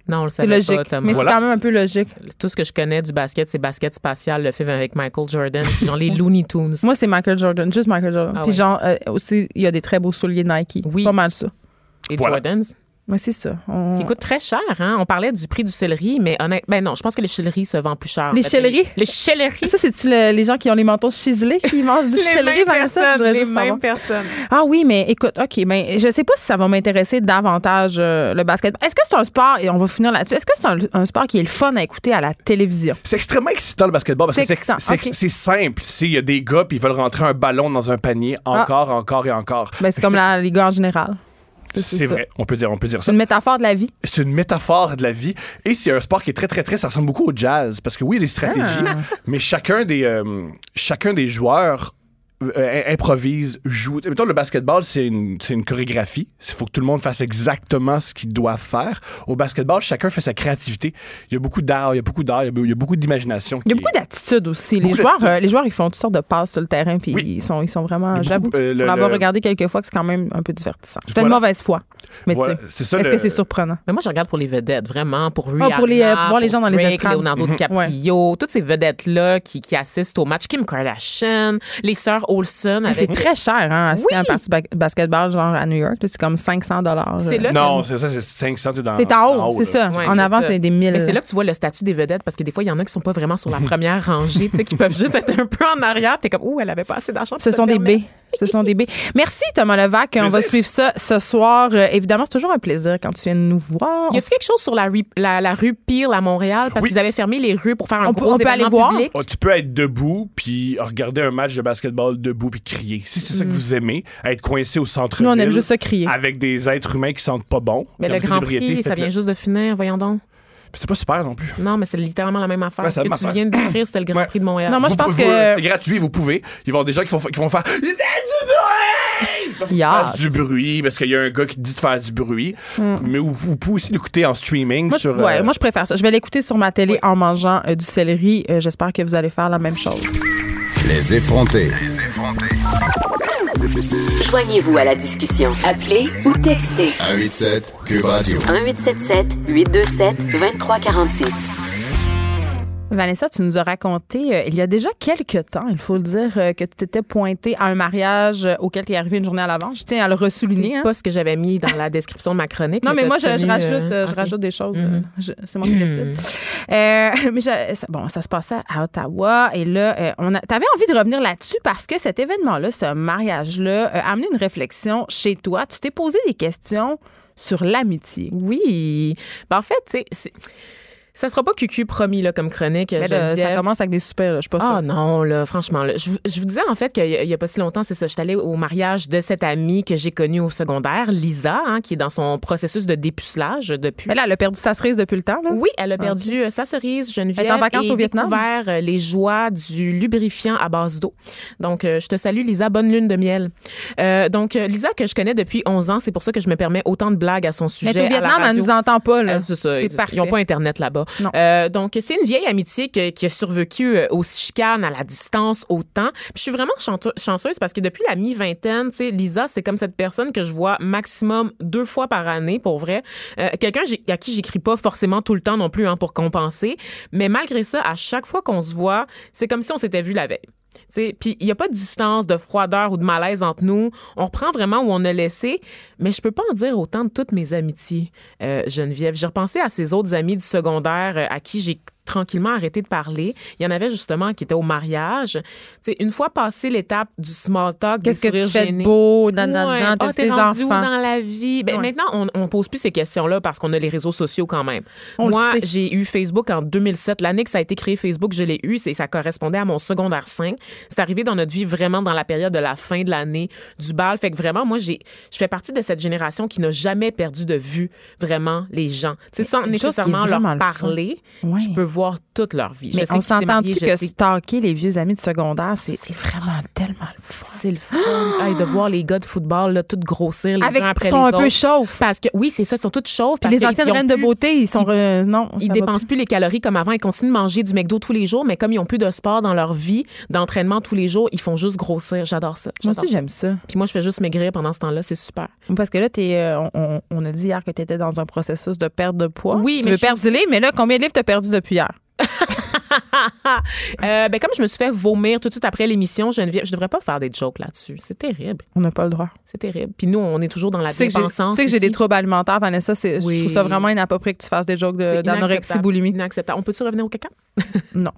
Non, on le
C'est
savait
logique.
pas, Thomas.
mais
Voilà.
c'est quand même un peu logique.
Tout ce que je connais du basket, c'est basket spatial, le film avec Michael Jordan, puis genre les Looney Tunes.
Moi, c'est Michael Jordan, juste Michael Jordan.
Ah
Puis
ouais.
genre, euh, aussi, il y a des très beaux souliers Nike.
Oui.
Pas mal ça.
Les
Voilà.
Jordans.
Mais c'est ça. On-
Qui coûtent très cher, hein? On parlait du prix du céleri, mais honnêtement, ben non, je pense que les céleri se vendent plus cher.
Les
En fait,
céleris?
Les céleri.
Ça, c'est-tu le- les gens qui ont les mentons ciselés qui mangent du céleri, Vanessa? Je voudrais juste savoir.
personnes.
Ah oui, mais écoute, OK, mais je sais pas si ça va m'intéresser davantage euh, le basket. Est-ce que c'est un sport, et on va finir là-dessus, est-ce que c'est un, un sport qui est le fun à écouter à la télévision?
C'est extrêmement excitant le basketball parce
C'est
que c'est,
excitant,
c'est,
ok.
c'est simple. C'est- Il y a des gars puis ils veulent rentrer un ballon dans un panier encore, encore et encore.
Ah. Ben, c'est comme la, les gars en général.
C'est,
ça.
vrai, on peut dire, on peut dire ça.
C'est une métaphore de la vie.
c'est une métaphore de la vie. Et c'est un sport qui est très, très, très. Ça ressemble beaucoup au jazz. Parce que oui, il y a des stratégies,
Ah.
mais chacun des, euh, chacun des joueurs euh, improvise, joue. Mettons, le basketball, c'est une, c'est une chorégraphie. Il faut que tout le monde fasse exactement ce qu'il doit faire. Au basketball, chacun fait sa créativité. Il y a beaucoup d'art, il y a beaucoup d'art, il y a be- il y a beaucoup d'imagination.
Il y a
qui
beaucoup
est-
d'attitudes aussi. Les
Beaucoup
joueurs,
d'attitudes.
euh, les joueurs, ils font toutes sortes de passes sur le terrain, puis
Oui.
ils, sont, ils sont
Il y
vraiment,
a
j'avoue,
beaucoup, euh, le-
pour l'avoir
le-
regardé quelques fois, que c'est quand même un peu divertissant. C'est une
Voilà.
mauvaise foi, mais
Voilà,
tu sais,
c'est ça,
est-ce
le-
que c'est surprenant?
Mais moi, je regarde pour les vedettes, vraiment, pour Rihanna,
pour les, euh, pour voir les gens dans les
Drake,
estrades.
Leonardo DiCaprio, toutes ces vedettes-là qui, qui assistent au match. Kim Kardashian, les sœurs Olsen.
Mais
Mmh.
C'est
avec-
très cher, hein, assister à un
Oui.
parti ba- basketball, genre à New York, là, c'est comme 500 dollars. euh,
C'est là
Non, c'est ça, c'est 500. T'es, dans,
T'es en haut, c'est
là.
ça.
Ouais,
en avant,
ça.
c'est des 1000.
Mais c'est là que tu vois le statut des vedettes parce que des fois, il y en a qui sont pas vraiment sur la première rangée, tu sais, qui peuvent juste être un peu en arrière. T'es comme, ouh, elle avait pas assez d'argent. pour
Ce
se
sont des
permettre.
B. Ce sont des B. Merci, Thomas Levac. On va suivre ça ce soir. Euh, évidemment, c'est toujours un plaisir quand tu viens nous voir.
Y a-tu quelque chose sur la, rue- la, la rue Peel à Montréal parce
Oui.
qu'ils avaient fermé les rues pour faire un
On peut-
gros
on peut aller
événement
voir?
public?
Oh, tu peux être debout puis regarder un match de basketball debout puis crier. Si c'est ça que vous aimez, être coincé au centre
Mm. Nous, on aime juste ça crier.
Avec des êtres humains qui sentent pas bon.
Mais
Dans
le
toute
Grand
ébriété,
Prix, ça
faites-le.
vient juste de finir, voyons donc.
C'est pas super non plus.
Non, mais c'est littéralement la même affaire.
Ouais,
Ce
c'est la
que
même
tu
affaire.
viens de décrire, c'était le Grand
Ouais.
Prix de Montréal.
Non, moi, je
Vous
pense
pouvez-
que.
C'est gratuit, vous pouvez. Il va y avoir des gens qui vont, fa- qui vont faire. Faites du bruit! Faut qu'ils
Yes.
fassent du bruit parce qu'il y a un gars qui dit de faire du bruit. Mais vous, vous pouvez aussi l'écouter en streaming
Mm. Moi, je-
sur.
ouais,
euh,
moi, je préfère ça. Je vais l'écouter sur ma télé en mangeant euh, du céleri. Euh, J'espère que vous allez faire la même chose.
Les effrontés.
Joignez-vous à la discussion. Appelez ou textez
187 Cube Radio.
1877 827 2346.
Vanessa, tu nous as raconté euh, il y a déjà quelques temps, il faut le dire, euh, que tu t'étais pointée à un mariage euh, auquel tu es arrivée une journée à l'avance. Je tiens à le ressouligner.
C'est
hein.
pas ce que j'avais mis dans la description de ma chronique.
Non, mais
t'as
moi, je, je
tenu, euh,
rajoute, euh, je
ok. Mm-hmm.
rajoute des choses. euh, je- C'est moi qui décide. Euh, mais je- ça, bon, ça se passait à Ottawa. Et là, euh, on a- t'avais envie de revenir là-dessus parce que cet événement-là, ce mariage-là, euh, a amené une réflexion chez toi. Tu t'es posé des questions sur l'amitié.
Oui. Ben, en fait, tu sais, c'est- ça sera pas cucu promis là, comme chronique.
Mais là,
Geneviève.
ça commence avec des super, là, je suis pas sûre.
Ah non, là, franchement, là, je, vous- je vous disais en fait qu'il y, a- il y a pas si longtemps, c'est ça, je suis allée au mariage de cette amie que j'ai connue au secondaire, Lisa, hein, qui est dans son processus de dépucelage depuis.
Mais là, elle a perdu sa cerise depuis le temps. Là.
Oui, elle a perdu euh, sa cerise, Geneviève.
Elle est en vacances
et
au Vietnam.
découvert euh, les joies du lubrifiant à base d'eau. Donc, euh, je te salue, Lisa. Bonne lune de miel. Euh, donc, euh, Lisa, que je connais depuis 11 ans, c'est pour ça que je me permets autant de blagues à son sujet.
Mais au
à la
Vietnam, elle
radio.
nous entend pas.
Euh,
là.
c'est ça,
C'est
exact.
parfait.
Ils n'ont pas Internet là-bas.
Non.
Euh, donc, c'est une vieille amitié que- qui a survécu euh, aux chicanes, à la distance, au temps. Puis je suis vraiment chanteu- chanceuse parce que depuis la mi-vingtaine, tu sais, Lisa, c'est comme cette personne que je vois maximum deux fois par année, pour vrai. Euh, Quelqu'un j'ai- à qui j'écris pas forcément tout le temps non plus hein, pour compenser. Mais malgré ça, à chaque fois qu'on se voit, c'est comme si on s'était vu la veille. Tu sais, Puis il n'y a pas de distance, de froideur ou de malaise entre nous. On reprend vraiment où on a laissé, mais je peux pas en dire autant de toutes mes amitiés, euh, Geneviève. J'ai repensé à ces autres amis du secondaire euh, à qui j'ai tranquillement arrêté de parler. Il y en avait justement qui étaient au mariage. Tu sais, une fois passé l'étape du small talk,
Qu'est-ce
des
que tu
sourires
fais de
gênés,
beau? Dans,
Ouais.
dans,
Ah,
dans,
t'es
tes
rendu où
enfants?
dans la vie? Ben,
Ouais.
Maintenant, on, on pose plus ces questions-là parce qu'on a les réseaux sociaux quand même.
On le
Moi,
sait.
j'ai eu Facebook en 2007. L'année que ça a été créé, Facebook, je l'ai eu. c'est- Ça correspondait à mon secondaire 5. C'est arrivé dans notre vie vraiment dans la période de la fin de l'année du bal. Fait que vraiment, moi, j'ai, je fais partie de cette génération qui n'a jamais perdu de vue vraiment les gens. Tu sais,
Une
sans
chose qui est
nécessairement leur
vraiment le fun.
parler,
Ouais.
je peux voir toute leur vie. Je
Mais
sais
on
qu'il s'est
s'entend-tu
marié, je
que
sais-
stalker les vieux amis du secondaire, c'est c'est vraiment tellement le fun.
c'est le fun. Hey, de voir les gars de football là, tout grossir les
Avec,
uns après
ils sont
les
un
autres.
peu chauffes.
parce que oui, c'est ça, ils sont toutes chauves.
Puis
parce
les
qu'ils
anciennes
ont
reines de
plus-
beauté, ils sont. euh, non. ça
Ils
va
dépensent plus les calories comme avant. Ils continuent de manger du McDo tous les jours, mais comme ils ont plus de sport dans leur vie, d'entraînement tous les jours, ils font juste grossir. J'adore ça.
plus. Moi
J'adore
aussi,
ça.
j'aime ça.
Puis moi, je fais juste maigrir pendant ce temps-là. C'est super.
Parce que là, t'es, euh, on- on, on a dit hier que tu étais dans un processus de perte de poids.
Oui,
tu
mais
veux
je
perdre du livre, mais là, combien de livres t'as perdu depuis hier?
Euh, ben, comme je me suis fait vomir tout de suite après l'émission, Geneviève, je devrais pas faire des jokes là-dessus. C'est terrible.
On n'a pas le droit.
C'est terrible. Puis nous, on est toujours dans la
Tu sais que j'ai-
dépensance.
tu sais que j'ai
ici.
des troubles alimentaires, Vanessa. C'est, Je
Oui.
trouve ça vraiment inapproprié que tu fasses des jokes de-
C'est
d'anorexie
inacceptable.
boulimie.
Inacceptable. On peut-tu revenir au caca?
Non.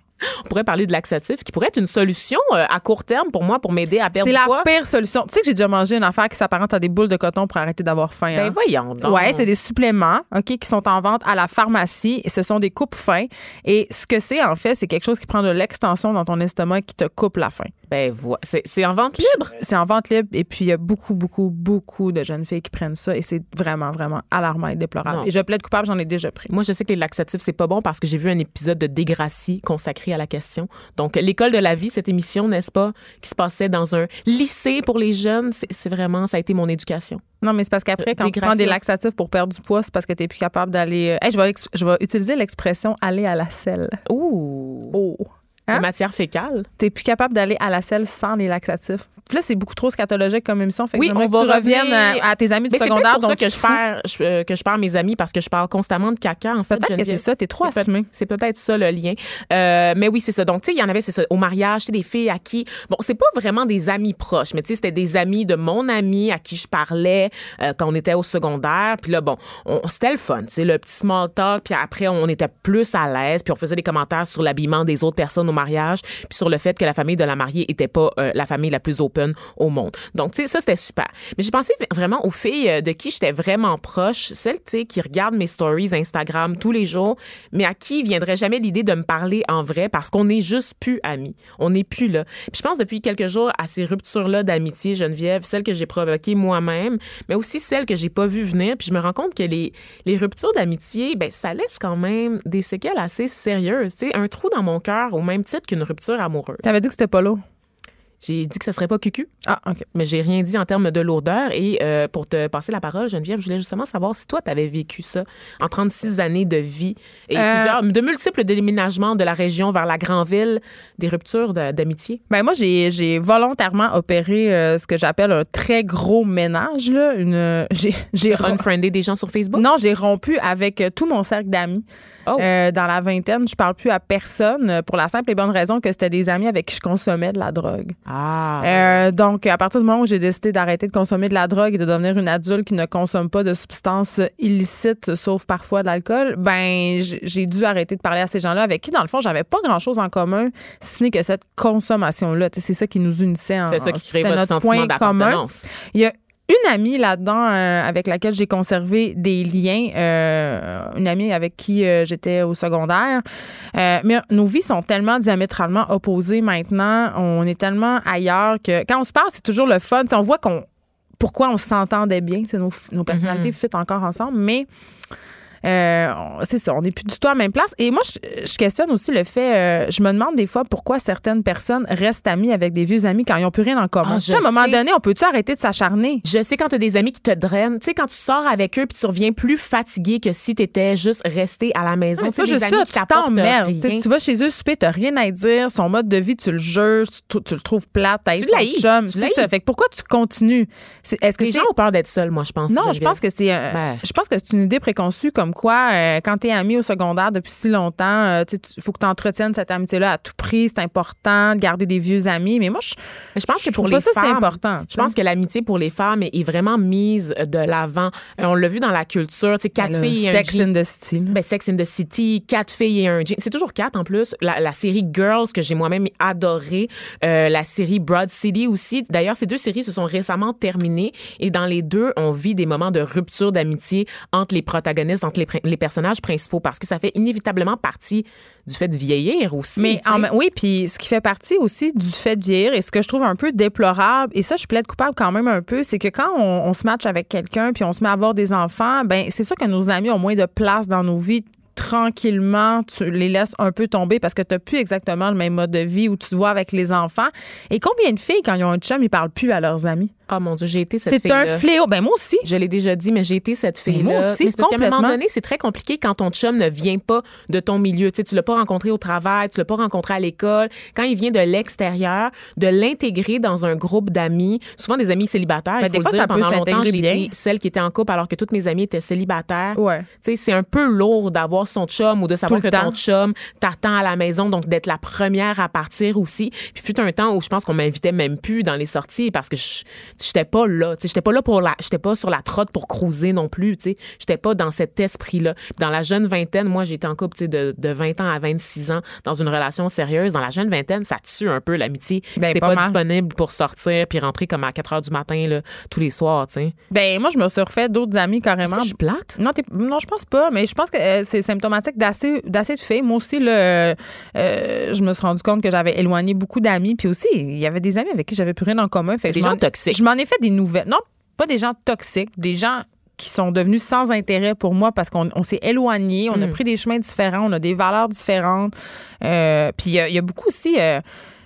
On pourrait parler de laxatif, qui pourrait être une solution euh, à court terme pour moi, pour m'aider à perdre
C'est
du
la
poids.
pire solution. Tu sais que j'ai déjà mangé une affaire qui s'apparente à des boules de coton pour arrêter d'avoir faim.
Ben
hein?
voyons donc.
Ouais, c'est des suppléments, OK, qui sont en vente à la pharmacie. Et ce sont des coupes faim. Et ce que c'est, en fait, c'est quelque chose qui prend de l'extension dans ton estomac et qui te coupe la faim.
Ben voi- c'est c'est en vente libre.
C'est en vente libre. Et puis, il y a beaucoup, beaucoup, beaucoup de jeunes filles qui prennent ça. Et c'est vraiment, vraiment alarmant et déplorable.
Non.
Et je plaide coupable, j'en ai déjà pris.
Moi, je sais que les laxatifs, c'est pas bon parce que j'ai vu un épisode de Dégracie consacré à la question. Donc, l'école de la vie, cette émission, n'est-ce pas, qui se passait dans un lycée pour les jeunes, c'est c'est vraiment, ça a été mon éducation.
Non, mais c'est parce qu'après, quand
Des
tu prends des
gracieuses.
laxatifs pour perdre du poids, c'est parce que tu plus capable d'aller. euh, Hey, je, vais l'ex- je vais utiliser l'expression aller à la selle.
Ouh!
Oh. Hein?
La matière fécale.
T'es plus capable d'aller à la selle sans les laxatifs. Puis là, c'est beaucoup trop scatologique comme émission. Fait que
Oui,
j'aimerais
on
que
va
tu reviennes euh,
revenir.
à, à tes amis du
Mais c'est
secondaire.
peut-être pour
dont
ça
tu
que
te
je,
fous.
perds, je- euh, que je perds mes amis parce que je parle constamment de caca, en fait.
Peut-être que c'est
Geneviève.
ça, t'es trop
C'est peut-
assumé.
C'est peut-être ça le lien. Euh, mais oui, c'est ça. Donc, tu sais, il y en avait, c'est ça, au mariage, tu sais, des filles à qui. Bon, c'est pas vraiment des amis proches, mais tu sais, c'était des amis de mon ami à qui je parlais euh, quand on était au secondaire. Puis là, bon, on, c'était le fun, tu sais, le petit small talk. Puis après, on était plus à l'aise. Puis on faisait des commentaires sur l'habillement des autres personnes au mariage. Puis sur le fait que la famille de la mariée était pas euh, la famille la plus open au monde. Donc, tu sais, ça, c'était super. Mais j'ai pensé vraiment aux filles euh, de qui j'étais vraiment proche, celles, tu sais, qui regardent mes stories Instagram tous les jours, mais à qui viendrait jamais l'idée de me parler en vrai parce qu'on n'est juste plus amis. On n'est plus là. Puis je pense depuis quelques jours à ces ruptures-là d'amitié, Geneviève, celles que j'ai provoquées moi-même, mais aussi celles que j'ai pas vues venir. Puis je me rends compte que les, les ruptures d'amitié, ben, ça laisse quand même des séquelles assez sérieuses. Tu sais, un trou dans mon cœur au même titre qu'une rupture amoureuse.
T'avais dit que c'était pas l'eau.
J'ai dit que ça serait pas cucu
Ah, OK.
mais j'ai rien dit en termes de lourdeur. Et euh, pour te passer la parole, Geneviève, je voulais justement savoir si toi, tu avais vécu ça en 36 années de vie et
Euh,
plusieurs, de multiples déménagements de la région vers la grande ville, des ruptures de- d'amitié.
Ben moi, j'ai, j'ai volontairement opéré euh, ce que j'appelle un très gros ménage. Là. Une, euh, j'ai, j'ai rom-
Unfriendé des gens sur Facebook.
Non, j'ai rompu avec euh, tout mon cercle d'amis.
Oh.
Euh, dans la vingtaine, je parle plus à personne euh, pour la simple et bonne raison que c'était des amis avec qui je consommais de la drogue.
Ah.
Euh, donc, à partir du moment où j'ai décidé d'arrêter de consommer de la drogue et de devenir une adulte qui ne consomme pas de substances illicites, sauf parfois de l'alcool, ben j- j'ai dû arrêter de parler à ces gens-là avec qui, dans le fond, j'avais pas grand-chose en commun, si ce n'est que cette consommation-là. Tu sais, C'est ça qui nous unissait. en-
c'est ça qui crée
c'était
votre
notre
sentiment
point commun.
d'appartenance.
Il y a une amie là-dedans euh, avec laquelle j'ai conservé des liens, euh, une amie avec qui euh, j'étais au secondaire. Euh, mais nos vies sont tellement diamétralement opposées maintenant, on est tellement ailleurs que quand on se parle, c'est toujours le fun. Tu sais, on voit qu'on pourquoi on s'entendait bien, Tu sais, nos, nos
Mhm.
personnalités fit encore ensemble, mais euh, on- c'est ça, on n'est plus du tout à la même place. Et moi, je, je questionne aussi le fait, euh, je me demande des fois pourquoi certaines personnes restent amies avec des vieux amis quand ils n'ont plus rien en commun.
Ah,
Tu sais, à un
je
moment
sais.
donné, on peut-tu arrêter de s'acharner?
Je sais quand t'as des amis qui te drainent, tu sais, quand tu sors avec eux puis tu reviens plus fatigué que si t'étais juste resté à la maison.
C'est
Tu sais,
pas
des
juste
amis
ça,
qui
tu
t'apportent
t'emmerdes. Tu
rien.
sais, Tu vas chez eux souper, t'as rien à y dire. Son mode de vie, tu le juges, tu, tu le trouves plate, t'as
Tu
son
l'haïs,
chum.
tu
C'est
l'haïs.
ça. Fait que pourquoi tu continues? C'est- Est-ce que
Les
c'est-
gens ont peur d'être seuls, moi, je pense.
Non, je
Geneviève.
pense que c'est euh,
Ben.
je pense que c'est une idée préconçue comme quoi euh, quand t'es ami au secondaire depuis si longtemps, euh, tu sais, tu- faut que t'entretiennes cette amitié là à tout prix, c'est important de garder des vieux amis, mais moi je
Mais je pense que
trouve
pour
pas
les
ça, c'est
femmes,
important, tu
Je
sais.
pense que l'amitié pour les femmes est est vraiment mise euh, de l'avant. Euh, On l'a vu dans la culture, tu sais, quatre
le
filles et un
Sex
jean.
and the City. là.
Ben, Sex in the City, quatre filles et un jean. C'est toujours quatre en plus. La, la série Girls que j'ai moi-même adorée, Euh, la série Broad City aussi. D'ailleurs, ces deux séries se sont récemment terminées et dans les deux, on vit des moments de rupture d'amitié entre les protagonistes, entre les, prin- les personnages principaux, parce que ça fait inévitablement partie du fait de vieillir aussi.
Mais
tu sais.
en même- oui, puis ce qui fait partie aussi du fait de vieillir et ce que je trouve un peu déplorable, et ça je plaide coupable quand même un peu, c'est que quand on, on se matche avec quelqu'un puis on se met à avoir des enfants, ben c'est sûr que nos amis ont moins de place dans nos vies. tranquillement, tu les laisses un peu tomber parce que tu n'as plus exactement le même mode de vie où tu te vois avec les enfants. Et combien de filles, quand ils ont un chum, ils parlent plus à leurs amis?
Ah mon Dieu, j'ai été cette
C'est
fille-là.
un fléau. Ben moi aussi.
Je l'ai déjà dit, mais j'ai été cette
Mais
fille-là.
moi aussi,
Mais c'est parce qu'à un moment
complètement.
donné, c'est très compliqué quand ton chum ne vient pas de ton milieu. Tu sais, tu l'as pas rencontré au travail, tu l'as pas rencontré à l'école. Quand il vient de l'extérieur, de l'intégrer dans un groupe d'amis, souvent des amis célibataires.
Mais
il
des
faut
fois,
le
ça
dire,
peut
pendant longtemps,
s'intégrer
j'ai
bien.
été celle qui était en couple alors que toutes mes amies étaient célibataires.
Ouais.
Tu sais, c'est un peu lourd d'avoir son chum ou de savoir
Tout le
que
temps.
ton chum t'attend à la maison, donc d'être la première à partir aussi. Puis fut un temps où je pense qu'on m'invitait même plus dans les sorties parce que je j'étais pas là, tu sais, j'étais pas là pour la j'étais pas sur la trotte pour cruiser non plus, tu sais, j'étais pas dans cet esprit-là. Puis Dans la jeune vingtaine, moi j'étais en couple, tu sais, de, de 20 ans à 26 ans dans une relation sérieuse. Dans la jeune vingtaine, ça tue un peu l'amitié.
Ben,
C'était
pas
pas,
mal.
disponible pour sortir puis rentrer comme à 4 heures du matin là, tous les soirs, tu sais.
Ben moi, je me suis refait d'autres amis
Est-ce
carrément.
que je suis plate.
Non, t'es- non, je pense pas, mais je pense que euh, c'est symptomatique d'assez d'assez de filles. Moi aussi, là, euh, euh, je me suis rendu compte que j'avais éloigné beaucoup d'amis. Puis aussi, il y avait des amis avec qui j'avais plus rien en commun. Fait que
Des
je
gens
m'en-
toxiques.
Je m'en ai fait des nouvelles. Non, pas des gens toxiques, des gens qui sont devenus sans intérêt pour moi parce qu'on on s'est éloigné,
Mm.
on a pris des chemins différents, on a des valeurs différentes. Euh, puis il y, a- il y a beaucoup aussi. euh,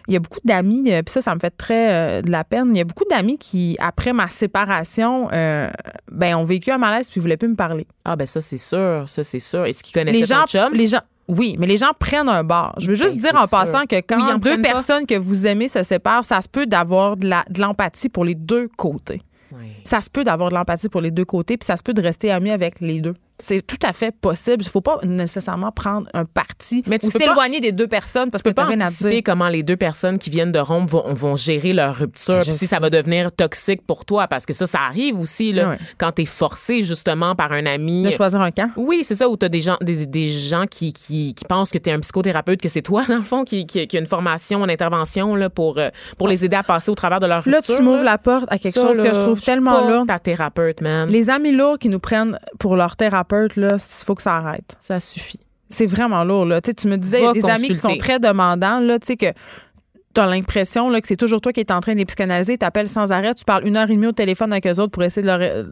il y a beaucoup d'amis, euh, puis ça, ça me fait très euh, de la peine. Il y a beaucoup d'amis qui, après ma séparation, euh, ben, ont vécu un malaise puis voulaient plus me parler
Ah ben ça c'est sûr, ça c'est sûr. Est-ce qu'ils connaissaient
les gens,
ton chum?
les gens, oui, mais les gens prennent un bar. Je veux juste
Ben,
dire
c'est
en
sûr.
passant que quand
Oui, ils en
deux
prennent pas.
personnes que vous aimez se séparent, ça se peut d'avoir de la- de l'empathie pour les deux côtés.
Ouais.
Ça se peut d'avoir de l'empathie pour les deux côtés, puis ça se peut de rester ami avec les deux. C'est tout à fait possible. Il ne faut pas nécessairement prendre un parti
Mais tu
ou
peux pas-
s'éloigner des deux personnes parce
Tu peux
que t'as
pas
rien à dire.
anticiper comment les deux personnes qui viennent de rompre vont, vont gérer leur rupture,
Ben, Je
puis
sais.
si ça va devenir toxique pour toi, parce que ça, ça arrive aussi là,
Ouais.
quand t'es forcé justement par un ami.
De choisir un camp.
Oui, c'est ça, où t'as des gens, des, des gens qui, qui, qui pensent que t'es un psychothérapeute, que c'est toi, dans le fond, qui, qui, qui a une formation, une intervention là, pour, euh, pour les aider à passer au travers de leur
Là,
rupture.
tu m'ouvres la porte à quelque
Ça,
chose
là,
que je trouve
suis
tellement
pas
lourd.
ta thérapeute, man.
Les amis lourds qui nous prennent pour leur thérapeute, là, il faut que ça arrête.
Ça suffit.
c'est vraiment lourd. Là. Tu sais, tu me disais, il y a
Va
des amis qui
consulter.
sont très demandants, là, tu sais, que tu as l'impression là, que c'est toujours toi qui es en train de les psychanalyser, tu appelles sans arrêt, tu parles une heure et demie au téléphone avec eux autres pour essayer de leur,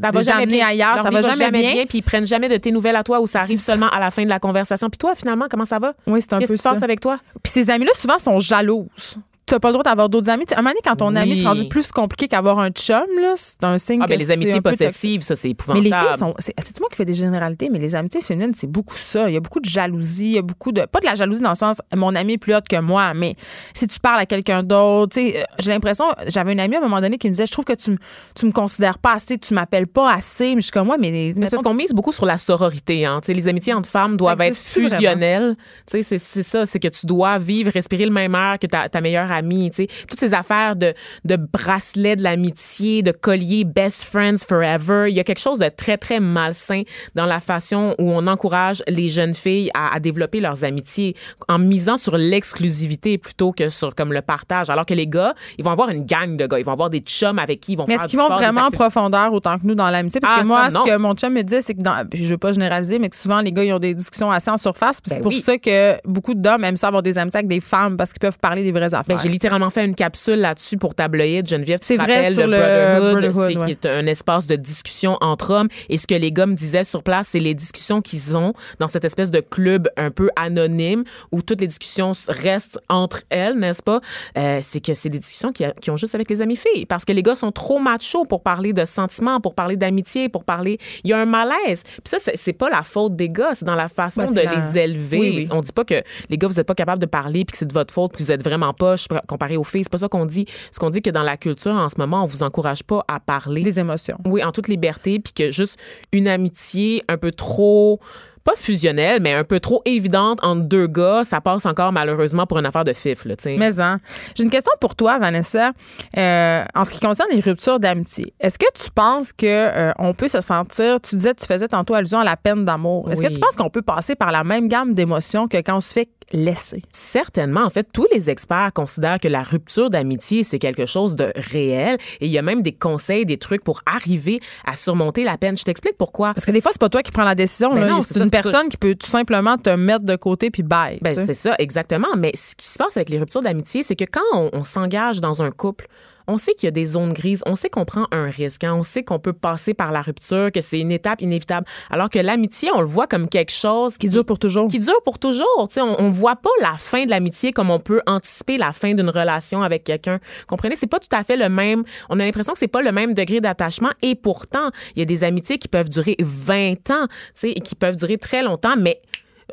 Ça
les amener ailleurs,
Leur
ça
vie
va jamais, bien.
Puis ils prennent jamais de tes nouvelles à toi ou ça arrive
C'est ça.
seulement à la fin de la conversation. Puis toi, finalement, comment ça va?
Oui, c'est un
Qu'est-ce
peu
qui se passe
ça.
avec toi?
Puis ces amis-là, souvent, sont jalouses. Tu n'as pas le droit d'avoir d'autres amis. Tu sais, un moment donné, quand ton
Oui.
ami c'est rendu plus compliqué qu'avoir un chum, là, c'est un signe
Ah,
que
ben les
c'est un
amitiés
peu toxique.
possessives, ça, c'est
Mais
épouvantable.
les filles sont. C'est c'est-tu moi qui fais des généralités, mais les amitiés féminines, c'est beaucoup ça. Il y a beaucoup de jalousie, il y a beaucoup de. Pas de la jalousie dans le sens mon ami est plus haute que moi, mais si tu parles à quelqu'un d'autre, tu sais, euh, j'ai l'impression. J'avais une amie à un moment donné qui me disait Je trouve que tu, me- tu me considères pas assez, tu m'appelles pas assez, mais je suis comme moi, mais.
Mais c'est parce
mettons-
qu'on mise beaucoup sur la sororité. Hein. Tu sais, Les amitiés entre femmes doivent
Ça
être
existe-tu vraiment?
fusionnelles. Tu sais, C'est c'est ça, c'est que tu dois vivre, respirer le même air que ta, ta meilleure amie. tu sais. Toutes ces affaires de, de bracelets de l'amitié, de collier best friends forever, il y a quelque chose de très, très malsain dans la façon où on encourage les jeunes filles à, à développer leurs amitiés en misant sur l'exclusivité plutôt que sur comme le partage. Alors que les gars, ils vont avoir une gang de gars, ils vont avoir des chums avec qui ils vont
mais
faire
est-ce
du
qu'ils vont
sport, des
vraiment en
activités.
profondeur autant que nous dans l'amitié? Parce
Ah,
que moi,
ça, non.
ce que mon chum me dit, c'est que, dans, puis je veux pas généraliser, mais que souvent, les gars, ils ont des discussions assez en surface. puis c'est
Ben
pour
oui.
ça que beaucoup d'hommes aiment ça avoir des amitiés avec des femmes parce qu'ils peuvent parler des vraies affaires.
Ben, j'ai littéralement fait une capsule là-dessus pour tabloïd Geneviève. tu
C'est
te
vrai,
rappelles,
sur
le
le
Brotherhood,
Brotherhood,
c'est
ouais.
qui est un espace de discussion entre hommes. Et ce que les gars me disaient sur place, c'est les discussions qu'ils ont dans cette espèce de club un peu anonyme où toutes les discussions s- restent entre elles, n'est-ce pas? Euh, c'est que c'est des discussions qui, qui ont juste avec les amis filles. Parce que les gars sont trop machos pour parler de sentiments, pour parler d'amitié, pour parler. Il y a un malaise. Puis ça, c'est- c'est pas la faute des gars, c'est dans la façon
Ben,
de
c'est la-
les élever.
Oui, oui.
On dit pas que les gars vous êtes pas capables de parler puis que c'est de votre faute puis que vous êtes vraiment poche comparé aux filles. C'est pas ça qu'on dit. Ce qu'on dit que dans la culture en ce moment, on vous encourage pas à parler.
des émotions.
Oui, en toute liberté puis que juste une amitié un peu trop pas fusionnelle, mais un peu trop évidente entre deux gars, ça passe encore malheureusement pour une affaire de fif là, tu sais.
Mais en. J'ai une question pour toi, Vanessa. Euh, en ce qui concerne les ruptures d'amitié, est-ce que tu penses que euh, on peut se sentir, tu disais, tu faisais tantôt allusion à la peine d'amour. Est-ce que
Oui.
tu penses qu'on peut passer par la même gamme d'émotions que quand on se fait laisser?
Certainement. En fait, tous les experts considèrent que la rupture d'amitié, c'est quelque chose de réel. Et il y a même des conseils, des trucs pour arriver à surmonter la peine. Je t'explique pourquoi.
Parce que des fois, c'est pas toi qui prends la décision.
Ben
là.
non, c'est
c'est
ça,
une
c'est pour ça.
personne qui peut tout simplement te mettre de côté puis bye.
Ben,
tu sais.
c'est ça, exactement. Mais ce qui se passe avec les ruptures d'amitié, c'est que quand on, on s'engage dans un couple, on sait qu'il y a des zones grises, on sait qu'on prend un risque, hein, on sait qu'on peut passer par la rupture, que c'est une étape inévitable. Alors que l'amitié, on le voit comme quelque chose
Qui dure pour toujours.
qui dure pour toujours. Tu sais, on, on voit pas la fin de l'amitié comme on peut anticiper la fin d'une relation avec quelqu'un. Comprenez, c'est pas tout à fait le même. On a l'impression que c'est pas le même degré d'attachement et pourtant, il y a des amitiés qui peuvent durer 20 ans, tu sais, et qui peuvent durer très longtemps, mais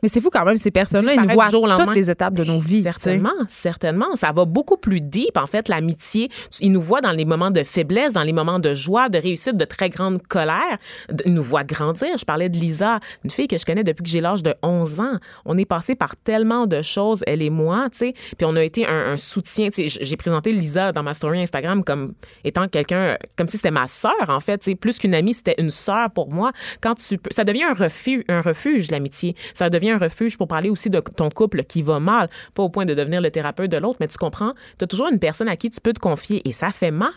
Mais c'est fou quand même, ces personnes-là, ils
Disparaître
voient
du jour au lendemain. Ben,
toutes les étapes de nos vies.
Certainement, certainement. Ça va beaucoup plus deep, en fait, l'amitié. Tu- Il nous voit dans les moments de faiblesse, dans les moments de joie, de réussite, de très grande colère. De- Il nous voit grandir. Je parlais de Lisa, une fille que je connais depuis que j'ai l'âge de 11 ans. On est passé par tellement de choses, elle et moi, tu sais. Puis on a été un, un soutien. Tu sais, j- j'ai présenté Lisa dans ma story Instagram comme étant quelqu'un, comme si c'était ma sœur, en fait. tu sais. Plus qu'une amie, c'était une sœur pour moi. Quand tu peux- ça devient un refuge, un refuge, l'amitié. Ça devient un refuge pour parler aussi de ton couple qui va mal. Pas au point de devenir le thérapeute de l'autre, mais tu comprends. Tu as toujours une personne à qui tu peux te confier et ça fait mal.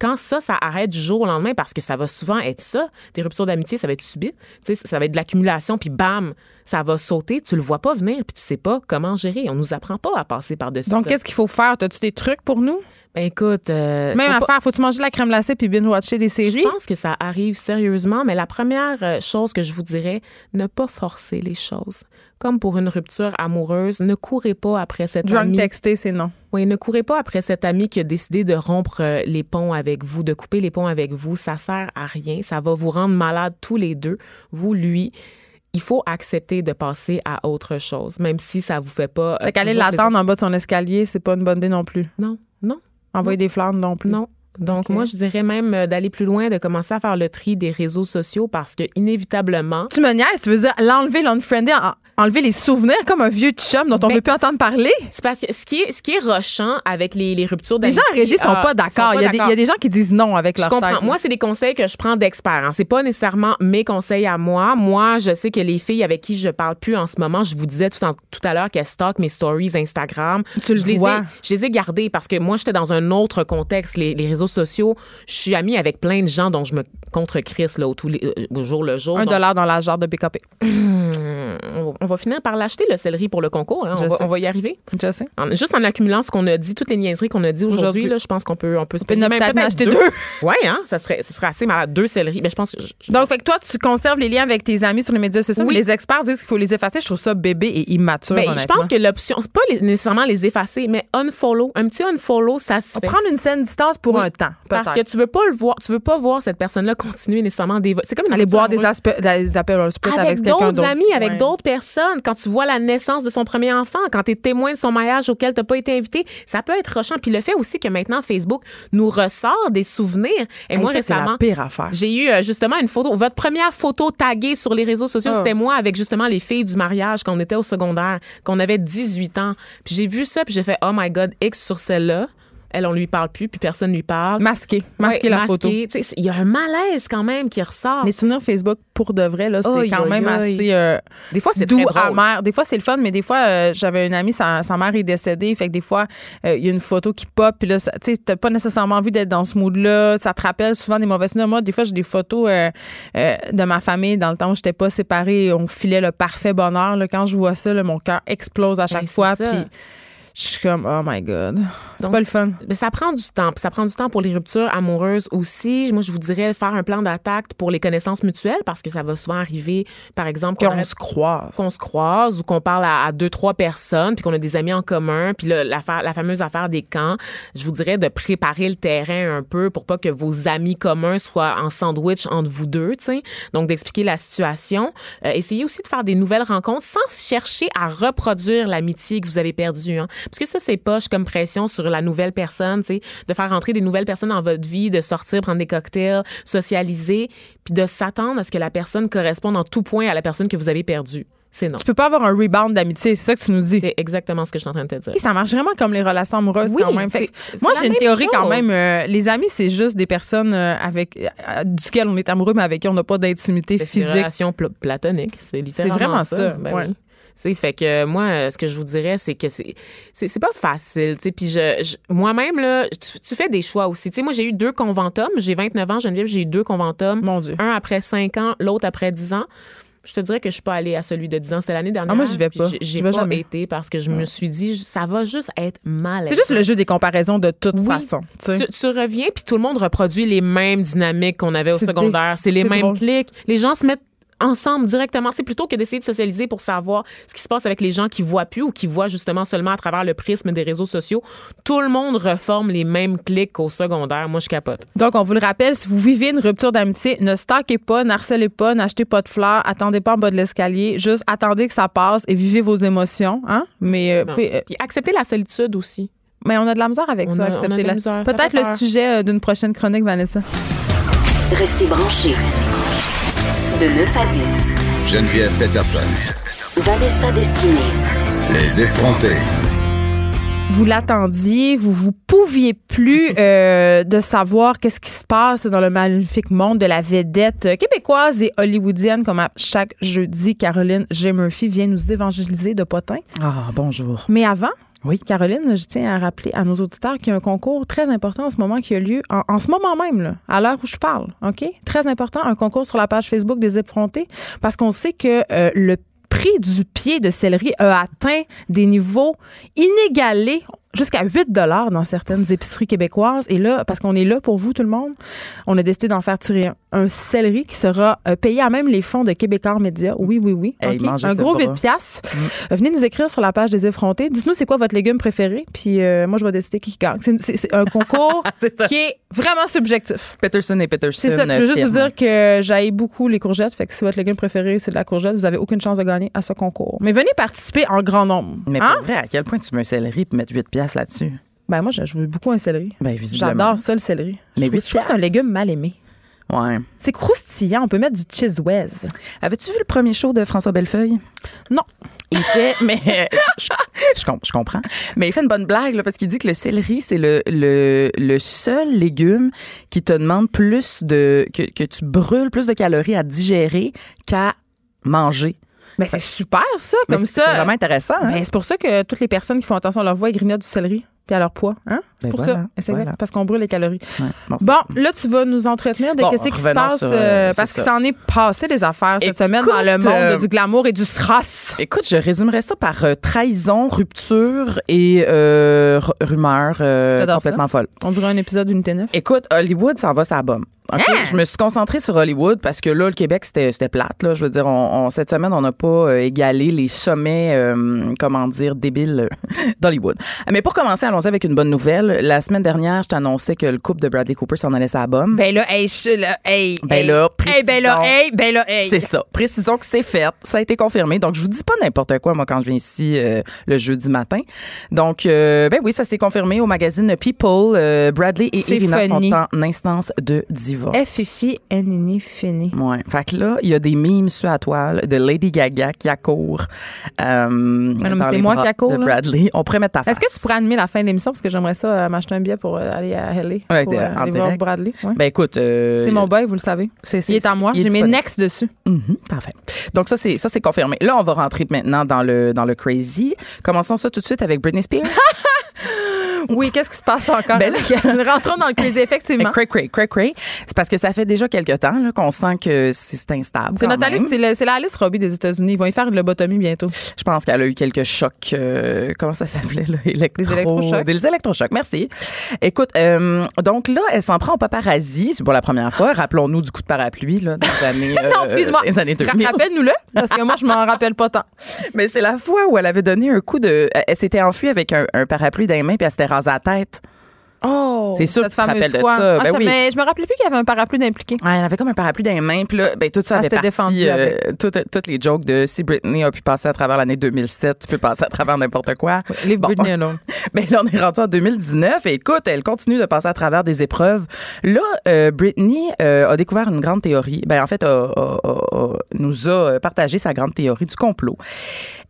Quand ça, ça arrête du jour au lendemain parce que ça va souvent être ça. Des ruptures d'amitié, ça va être subite. Tu sais, ça va être de l'accumulation, puis bam, ça va sauter. Tu le vois pas venir, puis tu sais pas comment gérer. On nous apprend pas à passer par-dessus
Donc,
ça.
qu'est-ce qu'il faut faire? T'as-tu des trucs pour nous?
Ben, écoute, euh,
Même
faut pas-
affaire, faut-tu manger de la crème glacée puis binge-watcher des séries?
Je pense que ça arrive sérieusement, mais la première euh, chose que je vous dirais, ne pas forcer les choses. Comme pour une rupture amoureuse, ne courez pas après cette
Drunk
amie.
texté, c'est non.
Oui, ne courez pas après cet ami qui a décidé de rompre euh, les ponts avec vous, de couper les ponts avec vous. Ça sert à rien. Ça va vous rendre malade tous les deux, vous, lui. Il faut accepter de passer à autre chose, même si ça vous fait pas. euh,
Fait qu'aller
toujours plaisir.
l'attendre en bas de son escalier, c'est pas une bonne idée non plus.
Non, non.
Envoyer des fleurs non plus.
Non. Donc,
Mm. Ok.
moi, je dirais même euh, d'aller plus loin, de commencer à faire le tri des réseaux sociaux parce que, inévitablement,
Tu me niaises, tu veux dire l'enlever, l'unfriender, en- enlever les souvenirs comme un vieux chum dont on
Ben,
veut plus entendre parler?
c'est parce que ce qui est, ce qui est rushant avec les, les ruptures
Les gens
d'amitié...
en régie sont
ah,
pas d'accord.
sont
Il y, a des- il y a des gens qui disent non avec
Je
leur
comprends.
tête.
Moi, c'est des conseils que je prends d'experts. Hein. C'est pas nécessairement mes conseils à moi. Moi, je sais que les filles avec qui je parle plus en ce moment, je vous disais tout, en- tout à l'heure qu'elles stockent mes stories Instagram.
Tu le
je les
vois.
ai, je les ai gardées parce que moi, j'étais dans un autre contexte. Les, les réseaux sociaux, je suis amie avec plein de gens dont je me contre Chris là au, tous les, euh, au jour le jour.
un
Donc,
dollar dans la jarre de PKP.
hum, on, on va finir par l'acheter le céleri pour le concours. hein.
Je
On, va,
sais.
on va y arriver.
Je sais.
En- juste en accumulant ce qu'on a dit, toutes les niaiseries qu'on a dit
Aujourd'hui.
aujourd'hui, là, je pense qu'on peut, on peut se
peut
payer même
peut-être en
peut-être
acheter deux.
Ouais, hein, ça serait, ça serait assez malade. Deux céleris. Mais je pense que je- je-
Donc, fait que toi, tu conserves les liens avec tes amis sur les médias sociaux.
Oui.
mais Les experts disent qu'il faut les effacer. Je trouve ça bébé et immature.
Ben, je pense que l'option, c'est pas les- nécessairement les effacer, mais unfollow. Un petit unfollow, ça se fait.
prendre une saine distance pour
Oui.
un temps.
Parce que tu veux pas le voir, tu veux pas voir cette personne-là continuer nécessairement des. C'est comme une
aller
rupture
boire des,
amoureuse.
aspe- des appels au split avec,
avec
quelqu'un
d'autres
d'autre.
amis, avec
Ouais.
d'autres personnes, quand tu vois la naissance de son premier enfant, quand tu es témoin de son mariage auquel tu n'as pas été invité, ça peut être rochant. Puis le fait aussi que maintenant Facebook nous ressort des souvenirs. Et
Hey,
moi
ça, c'est la
récemment,
pire affaire.
j'ai eu euh, justement une photo. Votre première photo taguée sur les réseaux sociaux,
Ah.
c'était moi avec justement les filles du mariage quand on était au secondaire, qu'on avait 18 ans. Puis j'ai vu ça, puis j'ai fait Oh my God, X sur celle-là. Elle, on lui parle plus, puis personne lui parle.
Masquer. Masquer
Ouais,
la
masqué.
photo.
Tu sais, c'est- Il y a un malaise quand même qui ressort.
Les souvenirs Facebook, pour de vrai, là, c'est
Aïe,
quand
aïe,
même
aïe.
assez euh,
des fois, c'est
doux,
très drôle.
amer. Des fois, c'est le fun, mais des fois, euh, j'avais une amie, sa, sa mère est décédée. Fait que des fois, euh, il y a une photo qui pop, puis là, ça- tu sais, t'as pas nécessairement envie d'être dans ce mood-là. Ça te rappelle souvent des mauvais souvenirs. Moi, des fois, j'ai des photos euh, euh, de ma famille dans le temps où j'étais pas séparée. On filait le parfait bonheur. là. Quand je vois ça, là, mon cœur explose à chaque
Ben, c'est
fois.
ça.
Puis je suis comme, oh my God. C'est
Donc,
pas le fun.
Mais ça prend du temps. Puis ça prend du temps pour les ruptures amoureuses aussi. Moi, je vous dirais faire un plan d'attaque pour les connaissances mutuelles parce que ça va souvent arriver, par exemple, qu'on
Qu'on
arrête-
se croise.
qu'on se croise ou qu'on parle à, à deux, trois personnes, puis qu'on a des amis en commun, puis le- la, fa- la fameuse affaire des camps, je vous dirais de préparer le terrain un peu pour pas que vos amis communs soient en sandwich entre vous deux, tu sais. Donc, d'expliquer la situation. Euh, essayez aussi de faire des nouvelles rencontres sans chercher à reproduire l'amitié que vous avez perdue, hein. Parce que ça, c'est poche comme pression sur la nouvelle personne, tu sais, de faire entrer des nouvelles personnes dans votre vie, de sortir, prendre des cocktails, socialiser, puis de s'attendre à ce que la personne corresponde en tout point à la personne que vous avez perdue. C'est non.
Tu peux pas avoir un rebound d'amitié, c'est ça que tu nous dis.
C'est exactement ce que je suis en train de te dire.
Et ça marche vraiment comme les relations amoureuses
Oui,
quand même. Fait que
c'est- c'est
moi,
la
j'ai une
même
théorie quand
chose.
même. euh, les amis, c'est juste des personnes euh, avec euh, euh, duquel on est amoureux, mais avec qui on n'a pas d'intimité
C'est une
physique.
relation pla- platonique, c'est littéralement
vraiment
ça.
ça,
Ben
ouais.
oui. Tu sais, fait que euh, moi, euh, ce que je vous dirais, c'est que c'est c'est c'est pas facile. tu sais. Puis je, je- moi-même, là, tu, tu fais des choix aussi. Tu sais, moi, j'ai eu deux conventums. J'ai 29 ans, Geneviève, j'ai eu deux conventums.
Mon Dieu.
Un après 5 ans, l'autre après 10 ans. Je te dirais que je suis pas allée à celui de 10 ans. C'était l'année dernière.
Ah, moi, j'y vais pas.
J'ai-
J'y
J'ai
vais
pas
jamais.
été parce que je me suis dit, ça va juste être mal.
C'est juste le jeu des comparaisons de toute
Oui.
façon. tu sais.
Tu, tu reviens, puis tout le monde reproduit les mêmes dynamiques qu'on avait au
C'est
secondaire.
dé-
C'est les
c'est
mêmes
drôle.
clics. Les gens se mettent ensemble directement. C'est plutôt que d'essayer de socialiser pour savoir ce qui se passe avec les gens qui voient plus ou qui voient justement seulement à travers le prisme des réseaux sociaux. Tout le monde reforme les mêmes clics qu'au secondaire. Moi, je capote.
Donc, on vous le rappelle, si vous vivez une rupture d'amitié, ne stockez pas, n'harcelez pas, n'achetez pas de fleurs, attendez pas en bas de l'escalier, juste attendez que ça passe et vivez vos émotions. Hein? Mais, euh,
Non.
puis, euh,
Puis accepter la solitude aussi.
mais on a de la misère avec
On
ça,
a- on a de
accepter
la misère, ça
Peut-être
fait
le
peur.
sujet euh, d'une prochaine chronique, Vanessa.
Restez branchés. De 9 à 10,
Geneviève Peterson.
Vanessa Destinée.
Les effrontés.
Vous l'attendiez, vous vous pouviez plus euh, de savoir qu'est-ce qui se passe dans le magnifique monde de la vedette québécoise et hollywoodienne, comme à chaque jeudi, Caroline G. Murphy vient nous évangéliser de potin.
Ah, bonjour.
Mais avant,
Oui.
Caroline, je tiens à rappeler à nos auditeurs qu'il y a un concours très important en ce moment qui a lieu, en, en ce moment même, là, à l'heure où je parle. OK? Très important, un concours sur la page Facebook des Effrontés, parce qu'on sait que euh, le prix du pied de céleri a atteint des niveaux inégalés jusqu'à 8 dollars dans certaines épiceries québécoises. Et là, parce qu'on est là pour vous, tout le monde, on a décidé d'en faire tirer un, un céleri qui sera euh, payé à même les fonds de Québécois Média. Oui, oui, oui.
Hey,
OK?
mangez
Un
ce
gros
bras.
8 piastres. Euh, Venez nous écrire sur la page des effrontés. Dites-nous c'est quoi votre légume préféré, puis euh, moi, je vais décider qui gagne. C'est- C'est c'est un concours
Ah, C'est ça.
qui est vraiment subjectif.
Peterson et Peterson.
C'est ça. Je veux juste vous
affirment.
dire que j'aille beaucoup les courgettes. Fait que si votre légume préféré, c'est de la courgette, vous avez aucune chance de gagner à ce concours. Mais venez participer en grand nombre.
Mais
Hein?
pour vrai, à quel point tu mets un céleri et mettre 8 piastres là-dessus?
Ben, moi, je je veux beaucoup un céleri.
Ben, visiblement.
J'adore ça, le céleri. je
Mais
trouve,
huit
je trouve que c'est un
piastres.
légume mal aimé.
Ouais.
C'est croustillant. On peut mettre du cheese whiz.
Avais-tu vu le premier show de François Bellefeuille?
Non.
Il fait, mais je, je com- je comprends. Mais il fait une bonne blague là, parce qu'il dit que le céleri, c'est le, le, le seul légume qui te demande plus de. que, que tu brûles plus de calories à digérer qu'à manger.
Mais c'est super, ça,
Mais
comme
c'est- C'est
ça.
vraiment intéressant. hein?
Ben, c'est pour ça que toutes les personnes qui font attention à leur voix, elles grignotent du céleri puis à leur poids. Hein? C'est
Ben
pour
voilà,
ça. C'est exact,
voilà.
parce qu'on brûle les calories.
Ouais. Bon, c'est-
Bon, là, tu vas nous entretenir de
Bon,
qu'est-ce qui se
revenons
passe,
sur, euh,
euh,
c'est
parce que
ça.
ça en est passé des affaires cette
Écoute,
semaine dans le monde
euh,
du glamour et du sras.
Écoute, je résumerais ça par euh, trahison, rupture et euh, ru- rumeur euh,
J'adore ça.
complètement folle.
On dirait un épisode d'Unité 9.
Écoute, Hollywood, ça va, ça bombe. OK?
Hein?
Je me suis concentrée sur Hollywood parce que là, le Québec, c'était c'était plate. Là. Je veux dire, on, on- cette semaine, on n'a pas euh, égalé les sommets, euh, comment dire, débiles euh, d'Hollywood. Mais pour commencer, allons-y avec une bonne nouvelle. La semaine dernière, je t'annonçais que le couple de Bradley Cooper s'en allait à bombe.
Ben là, hey, je- là, hey.
Ben
hey.
là,
Hey, ben là,
précisons.
hey, ben là, hey.
C'est ça. Précisons que c'est fait. Ça a été confirmé. Donc, je vous dis pas n'importe quoi, moi, quand je viens ici euh, le jeudi matin. Donc, euh, ben oui, ça s'est confirmé au magazine People. Euh, Bradley et
C'est
Irina
funny.
sont en instance de divorce.
F ici, N N, fini.
Ouais. Fait que là, il y a des mimes sur la toile de Lady Gaga qui accourt. Euh,
mais
dans
c'est
les
moi
bras
qui accours,
de
là.
Bradley. On pourrait mettre ta face.
Est-ce que tu pourrais animer la fin de l'émission parce que j'aimerais ça euh, m'acheter un billet pour euh, aller à LA
Ouais, ben,
pour, euh,
en
aller
direct.
voir Bradley. ouais.
Ben écoute, euh,
c'est mon boy, vous le savez.
c'est- c'est-
Il est à moi.
il est
J'ai mes
disponible.
next dessus.
Mhm, parfait. Donc ça c'est ça c'est confirmé. Là on va rentrer maintenant dans le dans le crazy. Commençons ça tout de suite avec Britney Spears.
Oui, qu'est-ce qui se passe encore?
Ben là-
Rentrons dans le crazy, effectivement.
Cray, cray, cray, cray. C'est parce que ça fait déjà quelques temps là, qu'on sent que c'est c'est instable.
C'est
quand
notre
même.
Alice, c'est le- c'est la Alice Robbie des États-Unis. Ils vont y faire une lobotomie bientôt.
Je pense qu'elle a eu quelques chocs. euh, comment ça s'appelait, là? Électro-
Des électrochocs.
Des électrochocs, merci. Écoute, euh, donc là, elle s'en prend au paparazzi. C'est pour la première fois. Rappelons-nous du coup de parapluie, là, dans les années,
Ah. Non,
euh,
excuse-moi.
des années 2000.
Ra- Rappelle-nous-le, parce que moi, je m'en rappelle pas tant.
Mais c'est la fois où elle avait donné un coup de. Elle, elle s'était enfuie avec un, un parapluie dans les mains puis elle s'était rasée la tête.
Oh,
C'est sûr que
cette
tu te
fameuse
rappelles de
fois.
ça,
Ah,
ben
je-
oui.
Mais je me rappelais plus qu'il y avait un parapluie d'impliqué.
Ouais, elle avait comme un parapluie dans les mains, puis là, ben, tout ça
Elle
avait
s'était
parti,
défendue
euh,
Ah, avec.
toutes, toutes les jokes de si Britney a pu passer à travers l'année 2007, tu peux passer à travers n'importe quoi.
Leave
Bon.
Britney alone.
Mais là, on est rendu en 2019 et écoute, elle continue de passer à travers des épreuves. Là, euh, Britney euh, a découvert une grande théorie. Ben, en fait, a- a- a- a- nous a euh, partagé sa grande théorie du complot.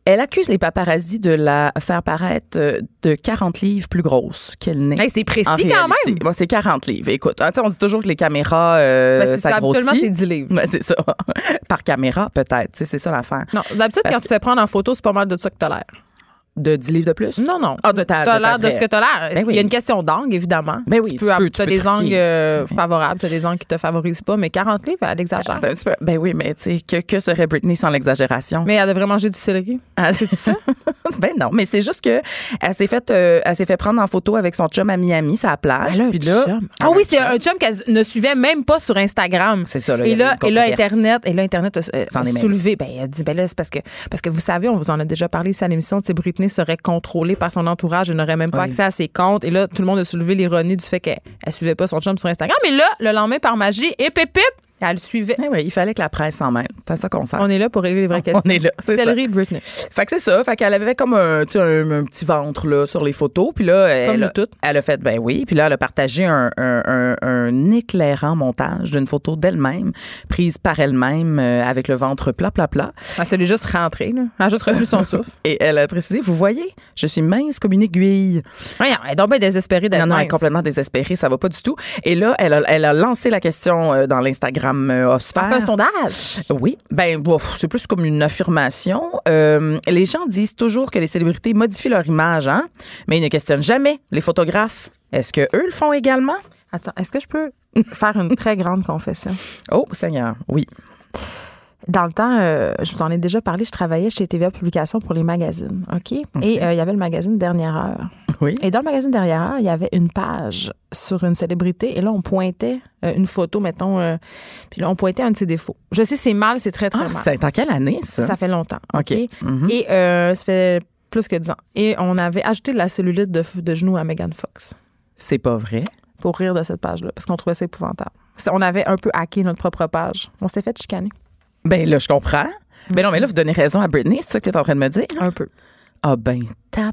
Elle accuse les paparazzis de la faire paraître euh, de 40 livres plus grosse qu'elle n'est.
Hey, c'est précis quand
en réalité.
même.
Moi, c'est 40 livres. Écoute, hein, tu sais, on dit toujours que les caméras, euh,
Ben, c'est
ça,
ça, habituellement,
grossit.
c'est 10 livres.
Ben, c'est ça. Par caméra, peut-être. Tu sais, C'est ça l'affaire.
Non, d'habitude,
Parce
quand tu te fais prendre en photo, c'est pas mal de ça que t'as l'air.
de 10 livres de plus?
Non, non.
Ah, de
T'as
ta- de ta
l'air de
vraie.
ce que t'as l'air.
Ben oui.
Il y a une question d'angle, évidemment.
Ben oui,
tu
tu
peux,
peux- tu
t'as
peux
des
trier.
angles euh,
Ouais.
favorables, t'as des angles qui te favorisent pas, mais 40 livres, elle exagère.
C'est un petit peu- Ben oui, mais tu sais, que, que serait Britney sans l'exagération?
Mais elle devrait manger du céleri.
Ah, c'est ça? ben non, mais c'est juste que elle s'est fait, euh, elle s'est fait prendre en photo avec son chum à Miami, sa plage.
Elle a un
puis là,
chum. Ah oui, c'est un chum qu'elle ne suivait même pas sur Instagram.
ben, C'est ça, là, il y
et,
avait
là,
une
et là,
controverse.
Internet, et là, Internet a- a,
S'en
a
est mêlé.
soulevé. Ben, elle dit, ben là, c'est parce que, parce que vous savez, on vous en a déjà parlé ici à l'émission, tu sais, Britney serait contrôlée par son entourage, elle n'aurait même pas
Oui.
accès à ses comptes. Et là, tout le monde a soulevé l'ironie du fait qu'elle ne suivait pas son chum sur Instagram. Et là, le lendemain, par magie, et pépip, elle le suivait.
Eh oui, il fallait que la presse s'en mêle. C'est ça qu'on sent.
On est là pour régler les vraies questions.
Ah. est là, c'est
Céleri Britney.
Fait que c'est ça. Fait qu'elle avait comme un, tu sais, un, un petit ventre là, sur les photos. Puis là, elle,
nous
a-
toutes.
elle a fait, ben oui. Puis là, elle a partagé un, un- un- un éclairant montage d'une photo d'elle-même, prise par elle-même euh, avec le ventre plat, plat, plat.
Elle s'est Ah, juste rentrée, là. Elle a juste retenu son souffle.
Et elle a précisé, vous voyez, je suis mince comme une aiguille.
Voyons, elle est donc bien désespérée d'être
Non, non, elle est
mince.
complètement désespérée, ça va pas du tout. Et là, elle a, elle a lancé la question euh, dans l'Instagram euh,
Elle
Osphère.
fait un sondage.
Oui, ben bof, c'est plus comme une affirmation. Euh, les gens disent toujours que les célébrités modifient leur image, hein, mais ils ne questionnent jamais les photographes. Est-ce que eux le font également
Attends, est-ce que je peux faire une très grande confession?
Oh Seigneur, oui.
Dans le temps, euh, je vous en ai déjà parlé, je travaillais chez TVA Publications pour les magazines, OK? Et euh, il y avait le magazine Dernière Heure.
Oui.
Et dans le magazine Dernière Heure, il y avait une page sur une célébrité. Et là, on pointait euh, une photo, mettons, euh, puis là, on pointait un de ses défauts. Je sais, c'est mal, c'est très, très
Ah,
mal.
c'est en quelle année ça,
Ça fait longtemps. OK.
OK. Mm-hmm.
Et euh, ça fait plus que 10 ans. Et on avait ajouté de la cellulite de, de genoux à Megan Fox
C'est pas vrai.
pour rire de cette page-là, parce qu'on trouvait ça épouvantable. C'est- On avait un peu hacké notre propre page. On s'était fait chicaner.
Ben là, je comprends. Ben non, mais là, vous donnez raison à Britney, c'est ça que tu es en train de me dire?
Un peu.
Ah ben,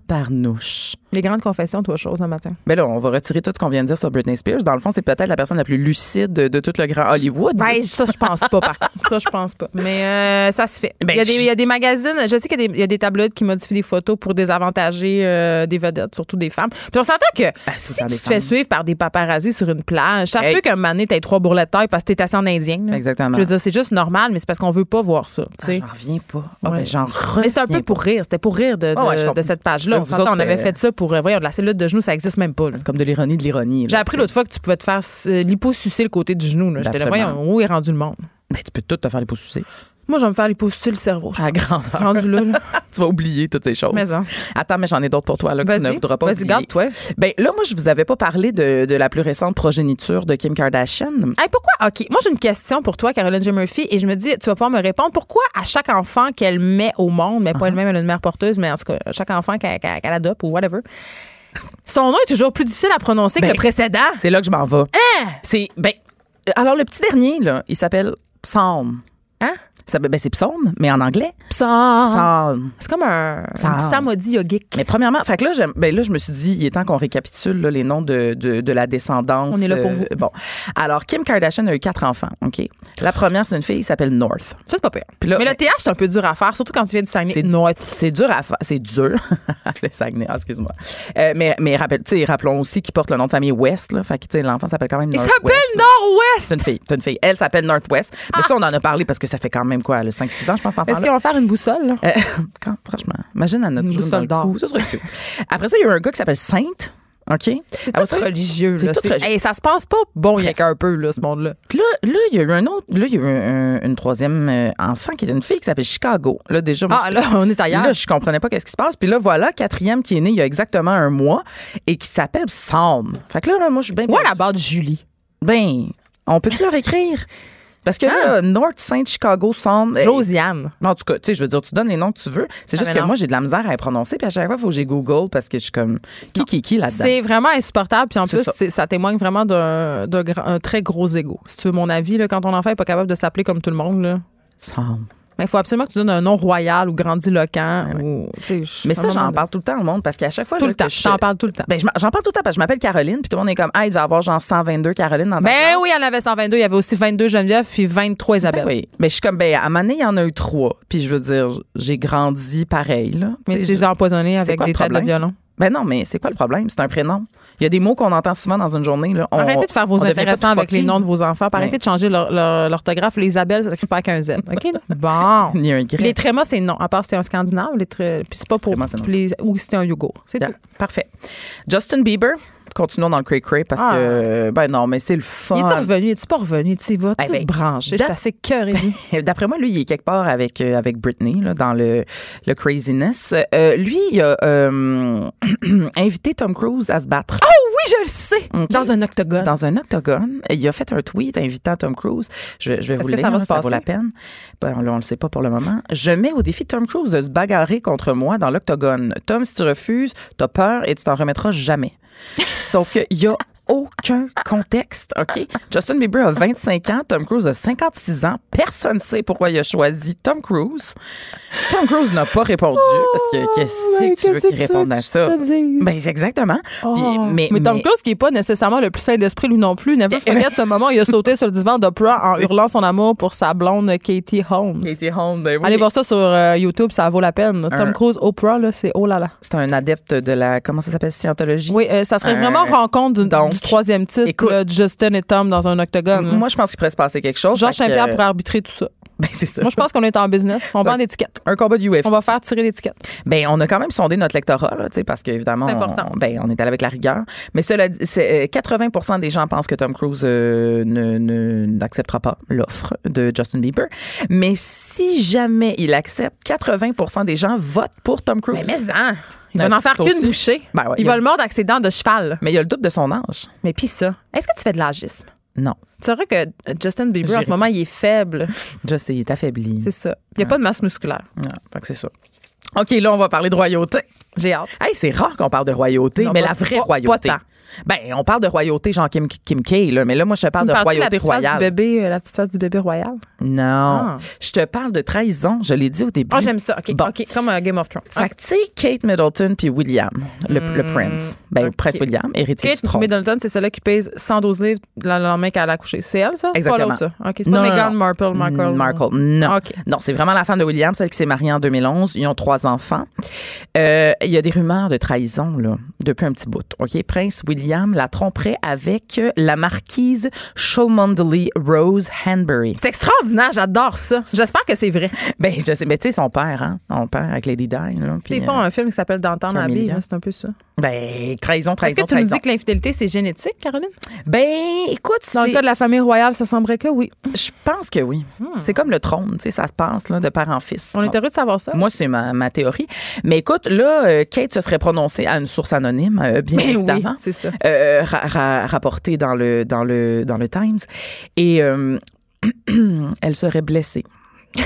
tabarnouche.
Les grandes confessions, toi, chose, un matin.
Ben là, on va retirer tout ce qu'on vient de dire sur Britney Spears. Dans le fond, c'est peut-être la personne la plus lucide de, de tout le grand Hollywood. Ah,
Ben, ça, je pense pas, par contre. Ça, je pense pas. Mais euh, ça se fait.
Ben,
il, y a des,
je-
il y a des magazines, je sais qu'il y, a des- il y a des tabloïds qui modifient les photos pour désavantager euh, des vedettes, surtout des femmes. Puis on s'entend
Ben,
que si
ça
tu te
dépend.
fais suivre par des paparazzis sur une plage, ça se
Hey.
peut qu'un moment donné, t'aies trois bourrelets de taille parce que t'es assez en indien. là.
Exactement.
Je veux dire, c'est juste normal, mais c'est parce qu'on veut pas voir ça, tu
Ah,
sais.
j'en reviens pas. Ah,
Ouais.
ben, j'en reviens
mais c'était un peu
pas.
pour rire, c'était pour rire de, de,
Ah ouais, je comprends.
de cette page-là. On
Vous
s'entend,
autres,
on avait
euh,
fait ça pour, euh, voyons, de la cellule de genou, ça existe même pas. là.
C'est comme de l'ironie de l'ironie. là.
J'ai appris l'autre fois que tu pouvais te faire euh, liposucer le côté du genou. là. J'étais là,
Absolument.
voyons, où est rendu le monde?
Ben, tu peux tout te faire les pouces sucés.
Moi, je vais me faire liposucer le cerveau. je
À
pense.
grandeur.
Rendu là, là.
Tu vas oublier toutes ces choses.
Mais non.
Attends, mais j'en ai d'autres pour toi là, que tu ne
Vas-y,
voudras pas
vas-y,
oublier.
garde-toi.
Ben, là, moi, je vous avais pas parlé de, de la plus récente progéniture de Kim Kardashian.
Hey, pourquoi? OK. Moi, j'ai une question pour toi, Caroline J. Murphy, et je me dis, tu vas pouvoir me répondre. Pourquoi à chaque enfant qu'elle met au monde,
Uh-huh.
mais pas elle-même, elle a une mère porteuse, mais en tout cas, à chaque enfant qu'elle qu'elle- qu'elle adopte ou whatever, son nom est toujours plus difficile à prononcer
Ben,
que le précédent?
C'est là que je m'en vais.
Hein?
C'est, ben, euh, alors, le petit dernier, là, il s'appelle Psalm.
Hein? Ah.
Ça, ben, c'est Psalm, mais en anglais.
Psalm.
Psalm.
C'est comme un,
Psalm.
un psalmodie yogique.
Mais premièrement, fait que là, j'aime- ben là, je me suis dit, il est temps qu'on récapitule là, les noms de, de, de la descendance. euh,
On est là pour vous.
Bon. Alors, Kim Kardashian a eu quatre enfants, OK? La première, c'est une fille, qui s'appelle North.
Ça, c'est pas pire.
Puis là,
mais le
ben-
TH, c'est un peu dur à faire, surtout quand tu viens du Saguenay.
C'est-
Non, c'est-
C'est dur à faire. C'est dur. le Saguenay, ah, excuse-moi. Euh, mais mais rappel, tu sais, rappelons aussi qu'il porte le nom de famille West. Là, fait que tu sais, l'enfant s'appelle quand même
Il
Northwest.
s'appelle Ah! Nord-Ouest!
C'est une fille. C'est une fille. Elle s'appelle Northwest. Mais ça, on en a parlé parce que ça fait quand même quoi, le 5-6 ans, je pense,
Est-ce
cet enfant-là.
qu'ils vont faire une boussole? là?
Euh, quand, franchement, imagine à notre
Nous
jaune dans le
soldats.
cou, ça serait cool. Après ça, il y a eu un gars qui s'appelle Sainte. OK?
C'est
Après
tout
Ah, ça,
religieux.
c'est
Là.
tout
C'est-
religieux.
Hey, ça se passe pas bon, il y a qu'un peu, là, ce monde-là.
Puis là, là, il y a eu un autre, là, il y a eu un- un- une troisième euh, enfant qui est une fille qui s'appelle Chicago. Là, déjà, moi,
Ah,
je-
là, on est ailleurs.
Là, je comprenais pas qu'est-ce qui se passe. Puis là, voilà, quatrième qui est née il y a exactement un mois et qui s'appelle Sam. Fait que là, là, moi, je suis bien.
What
perdue.
about Julie?
Ben, on peut-tu leur écrire? Parce que là, North Saint Chicago Sam. eh,
Ah. Josiane.
mais En tout cas, tu sais, je veux dire, tu donnes les noms que tu veux. C'est
Ah,
juste
mais
que
non.
moi, j'ai de la misère à les prononcer. Puis à chaque fois, il faut que j'ai Google parce que je suis comme. Qui, qui, qui là-dedans?
C'est vraiment insupportable. Puis en
C'est
plus,
ça.
c'est- ça témoigne vraiment d'un d'un gra- un très gros ego. Si tu veux mon avis, là, quand ton enfant n'est pas capable de s'appeler comme tout le monde, là,
Sam.
il faut absolument que tu donnes un nom royal ou grandiloquent. ou, tu sais, je-
Mais
à
ça,
un
j'en
moment
parle tout le temps au monde parce qu'à chaque fois.
Tout
là,
le temps.
que je-
J'en parle tout le temps.
Ben, je m'en- j'en parle tout le temps parce que je m'appelle Caroline, puis tout le monde est comme, ah, il devait avoir genre 122 Caroline dans ta
Ben
classe.
oui, il y en avait 122. Il y avait aussi 22 Geneviève puis 23 Isabelle.
Ben oui. Mais je suis comme, ben, à un moment donné, il y en a eu trois. Puis je veux dire, j'ai grandi pareil, là.
Mais
Tu
tu
sais,
les as empoisonnés
C'est
avec
quoi le
des têtes de
problème?
violon.
Ben non, mais c'est quoi le problème? C'est un prénom. Il y a des mots qu'on entend souvent dans une journée. Là. On-
Arrêtez de faire
on
vos
devient pas
intéressants
tout
avec les
fucky.
noms de vos enfants. puis
Ouais.
Arrêtez de changer leur- leur- l'orthographe. Les Isabelle, ça s'écrit pas avec un Z. OK? là? Bon.
Ni un grec.
Les trémas, c'est non. À part si c'est un Scandinave, les tré- puis c'est pas pour.
Trémas, c'est non.
les- Ou si c'est un yogourt. C'est
Yeah.
tout.
Parfait. Justin Bieber, continuons dans le cray-cray parce
Ah.
que, ben non, mais c'est le fun.
Il est revenu? est tu pas revenu? Tu y vas? Tu
Eh ben,
se branches? Je suis
dans-
assez cœurée.
D'après moi, lui, il est quelque part avec, euh, avec Britney, là, dans le, le craziness. Euh, lui, il a euh, invité Tom Cruise à se battre.
Oui, je le sais.
Ok.
Dans un octogone.
Dans un octogone, il a fait un tweet invitant Tom Cruise. Je, je vais vous
Est-ce que ça
le lire,
va
là,
se
ça, vaut
passer?
la peine. Ben, là, on le sait pas pour le moment. Je mets au défi Tom Cruise de se bagarrer contre moi dans l'octogone. Tom, si tu refuses, t'as peur et tu t'en remettras jamais. Sauf qu'il y a aucun contexte, OK? Justin Bieber a 25 ans, Tom Cruise a 56 ans. Personne ne sait pourquoi il a choisi Tom Cruise. Tom Cruise n'a pas répondu
Oh
parce que qu'est-ce que tu veux qu'il réponde à ça? Ben, c'est exactement. Puis-
Oh. mais, Tom Cruise, qui n'est pas nécessairement le plus sain d'esprit, lui non plus, never forget ce moment où il a sauté sur le divan d'Oprah en hurlant son amour pour sa blonde Katie Holmes.
Katie Holmes, ben oui.
Allez voir ça sur euh, YouTube, ça vaut la peine. Tom Cruise, Oprah, là, c'est oh là là.
C'est un adepte de la. Comment ça s'appelle? Scientologie?
Oui, euh, ça serait
Euh,
vraiment rencontre du,
donc,
du troisième titre,
écoute.
là, de Justin et Tom dans un octogone. là.
Moi, je pense qu'il pourrait se passer quelque chose.
Georges
Fait que-
Saint-Pierre pourrait arbitrer tout ça.
Ben, c'est ça.
Moi, je pense qu'on est en business. On vend des tickets.
Un combat de UFC.
On va faire tirer des tickets.
Ben, on a quand même sondé notre lectorat, là, tu sais, parce qu'évidemment,
C'est
on,
important.
ben, on est allé avec la rigueur. Mais cela dit, c'est, euh, 80 des gens pensent que Tom Cruise euh, ne, ne- n'acceptera pas l'offre de Justin Bieber. Mais si jamais il accepte, 80 des gens votent pour Tom Cruise.
hein, il va
Notre
n'en faire
titre
qu'une
aussi.
bouchée.
Ben ouais,
il
il y a-
va le mordre avec ses dents de cheval.
Mais il a le double de son âge.
Mais pis ça, est-ce que tu fais de l'agisme?
Non.
C'est vrai que Justin Bieber, en
J'ai
ce moment, il est faible.
Je sais, il est affaibli.
C'est ça. Il n'y a pas de masse musculaire.
Ouais, fait que c'est ça. OK, là, on va parler de royauté.
J'ai hâte.
Hey, c'est rare qu'on parle de royauté,
Non,
mais
pas-
la vraie
pas-
royauté.
pas tant.
ben, on parle de royauté genre Kim, Kim K, là, mais là, moi, je te
Tu
parle
me
de
parles-tu de la
royauté
petite face
royale.
du bébé, euh, la petite face du bébé royal?
Non.
Ah.
Je te parle de trahison, je l'ai dit au début.
Ah, j'aime ça. OK.
Bon.
OK. Comme euh, Game of Thrones.
Fait que, tu sais, Kate Middleton puis William, le, le prince. Ben, le
Hmm. ok.
prince William, héritier
Kate
du trône.
Middleton, c'est celle-là qui pèse 112 livres le lendemain qu'elle a accouché. C'est elle, ça?
Exactement.
C'est pas l'autre, ça? OK. C'est pas
Non, non,
Meghan
non. Mm,
Markle. Markle.
Markle, non.
OK.
Non, c'est vraiment la femme de William, celle qui s'est mariée en 2011. Ils ont trois enfants. Euh, Il y a des rumeurs de trahison, là, depuis un petit bout. OK? Prince William la tromperait avec euh, la marquise Cholmondeley Rose Hanbury.
C'est extraordinaire. J'adore ça. J'espère que c'est vrai.
Ben, je sais, mais tu sais, son père, hein? Son père avec Lady Di, là. puis, euh,
Ils font un film qui s'appelle D'entendre la vie.
Camilla.
là, C'est un peu ça.
euh, ben, trahison,
hein. Est-ce que
trahison,
tu me
trahison.
dis que l'infidélité, c'est génétique, Caroline?
Ben, écoute,
Dans le
c'est-
cas de la famille royale, ça semblerait que oui.
je pense que oui. C'est comme le trône, tu sais, ça se passe, là, de père en fils.
On est heureux de savoir ça.
Moi, c'est ma, ma théorie. Mais écoute, là, euh, Kate se serait prononcée à une source anonyme, euh, bien
Ben oui,
évidemment.
c'est ça.
Euh, ra- ra- rapportée dans le, dans, le, dans le Times. Et euh, elle serait blessée.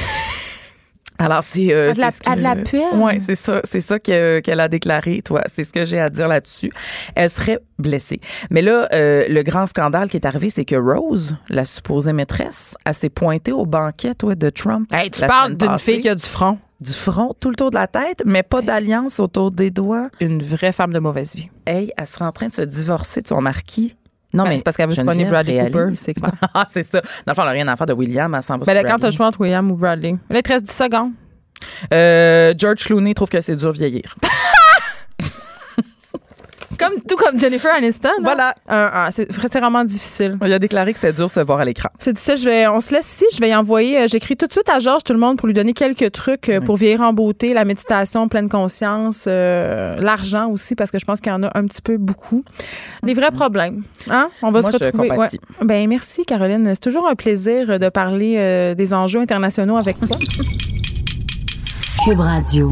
Alors, c'est. euh,
À de la-
c'est ce
à de la
que-
puelle.
Ouais, c'est ça, c'est ça que- qu'elle a déclaré, toi. C'est ce que j'ai à dire là-dessus. Elle serait blessée. Mais là, euh, le grand scandale qui est arrivé, c'est que Rose, la supposée maîtresse, elle s'est pointée au banquet, toi, de Trump.
Hey, tu
la
parles
semaine
d'une
passée
fille qui a du front.
du front tout le tour de la tête, mais pas d'alliance autour des doigts.
Une vraie femme de mauvaise vie.
Hey, elle serait en train de se divorcer de son marquis. Non,
Ben, c'est parce qu'elle veut se
Geneviève
pogner Bradley
réalise.
Cooper, c'est clair.
ah, c'est ça. Dans le fond, elle n'a rien à faire de William, elle s'en va
Mais là,
sur
quand t'as
Bradley.
le choix entre William ou Bradley? Là, il te reste 10 secondes.
Euh, George Clooney trouve que c'est dur vieillir.
Comme, tout comme Jennifer Aniston. hein?
Voilà.
Un- un- c'est c'est vraiment difficile.
Il a déclaré que c'était dur de se voir à l'écran.
C'est difficile. Je vais, on se laisse ici. Je vais y envoyer. euh, J'écris tout de suite à Georges, tout le monde, pour lui donner quelques trucs euh, pour vieillir en beauté, la méditation, pleine conscience, euh, l'argent aussi, parce que je pense qu'il y en a un petit peu beaucoup. Les vrais problèmes. Hein? On va
Mhm. Moi,
se
je
retrouver.
compatis.
Ben, merci, Caroline. C'est toujours un plaisir euh, de parler euh, des enjeux internationaux avec toi.
Cube Radio.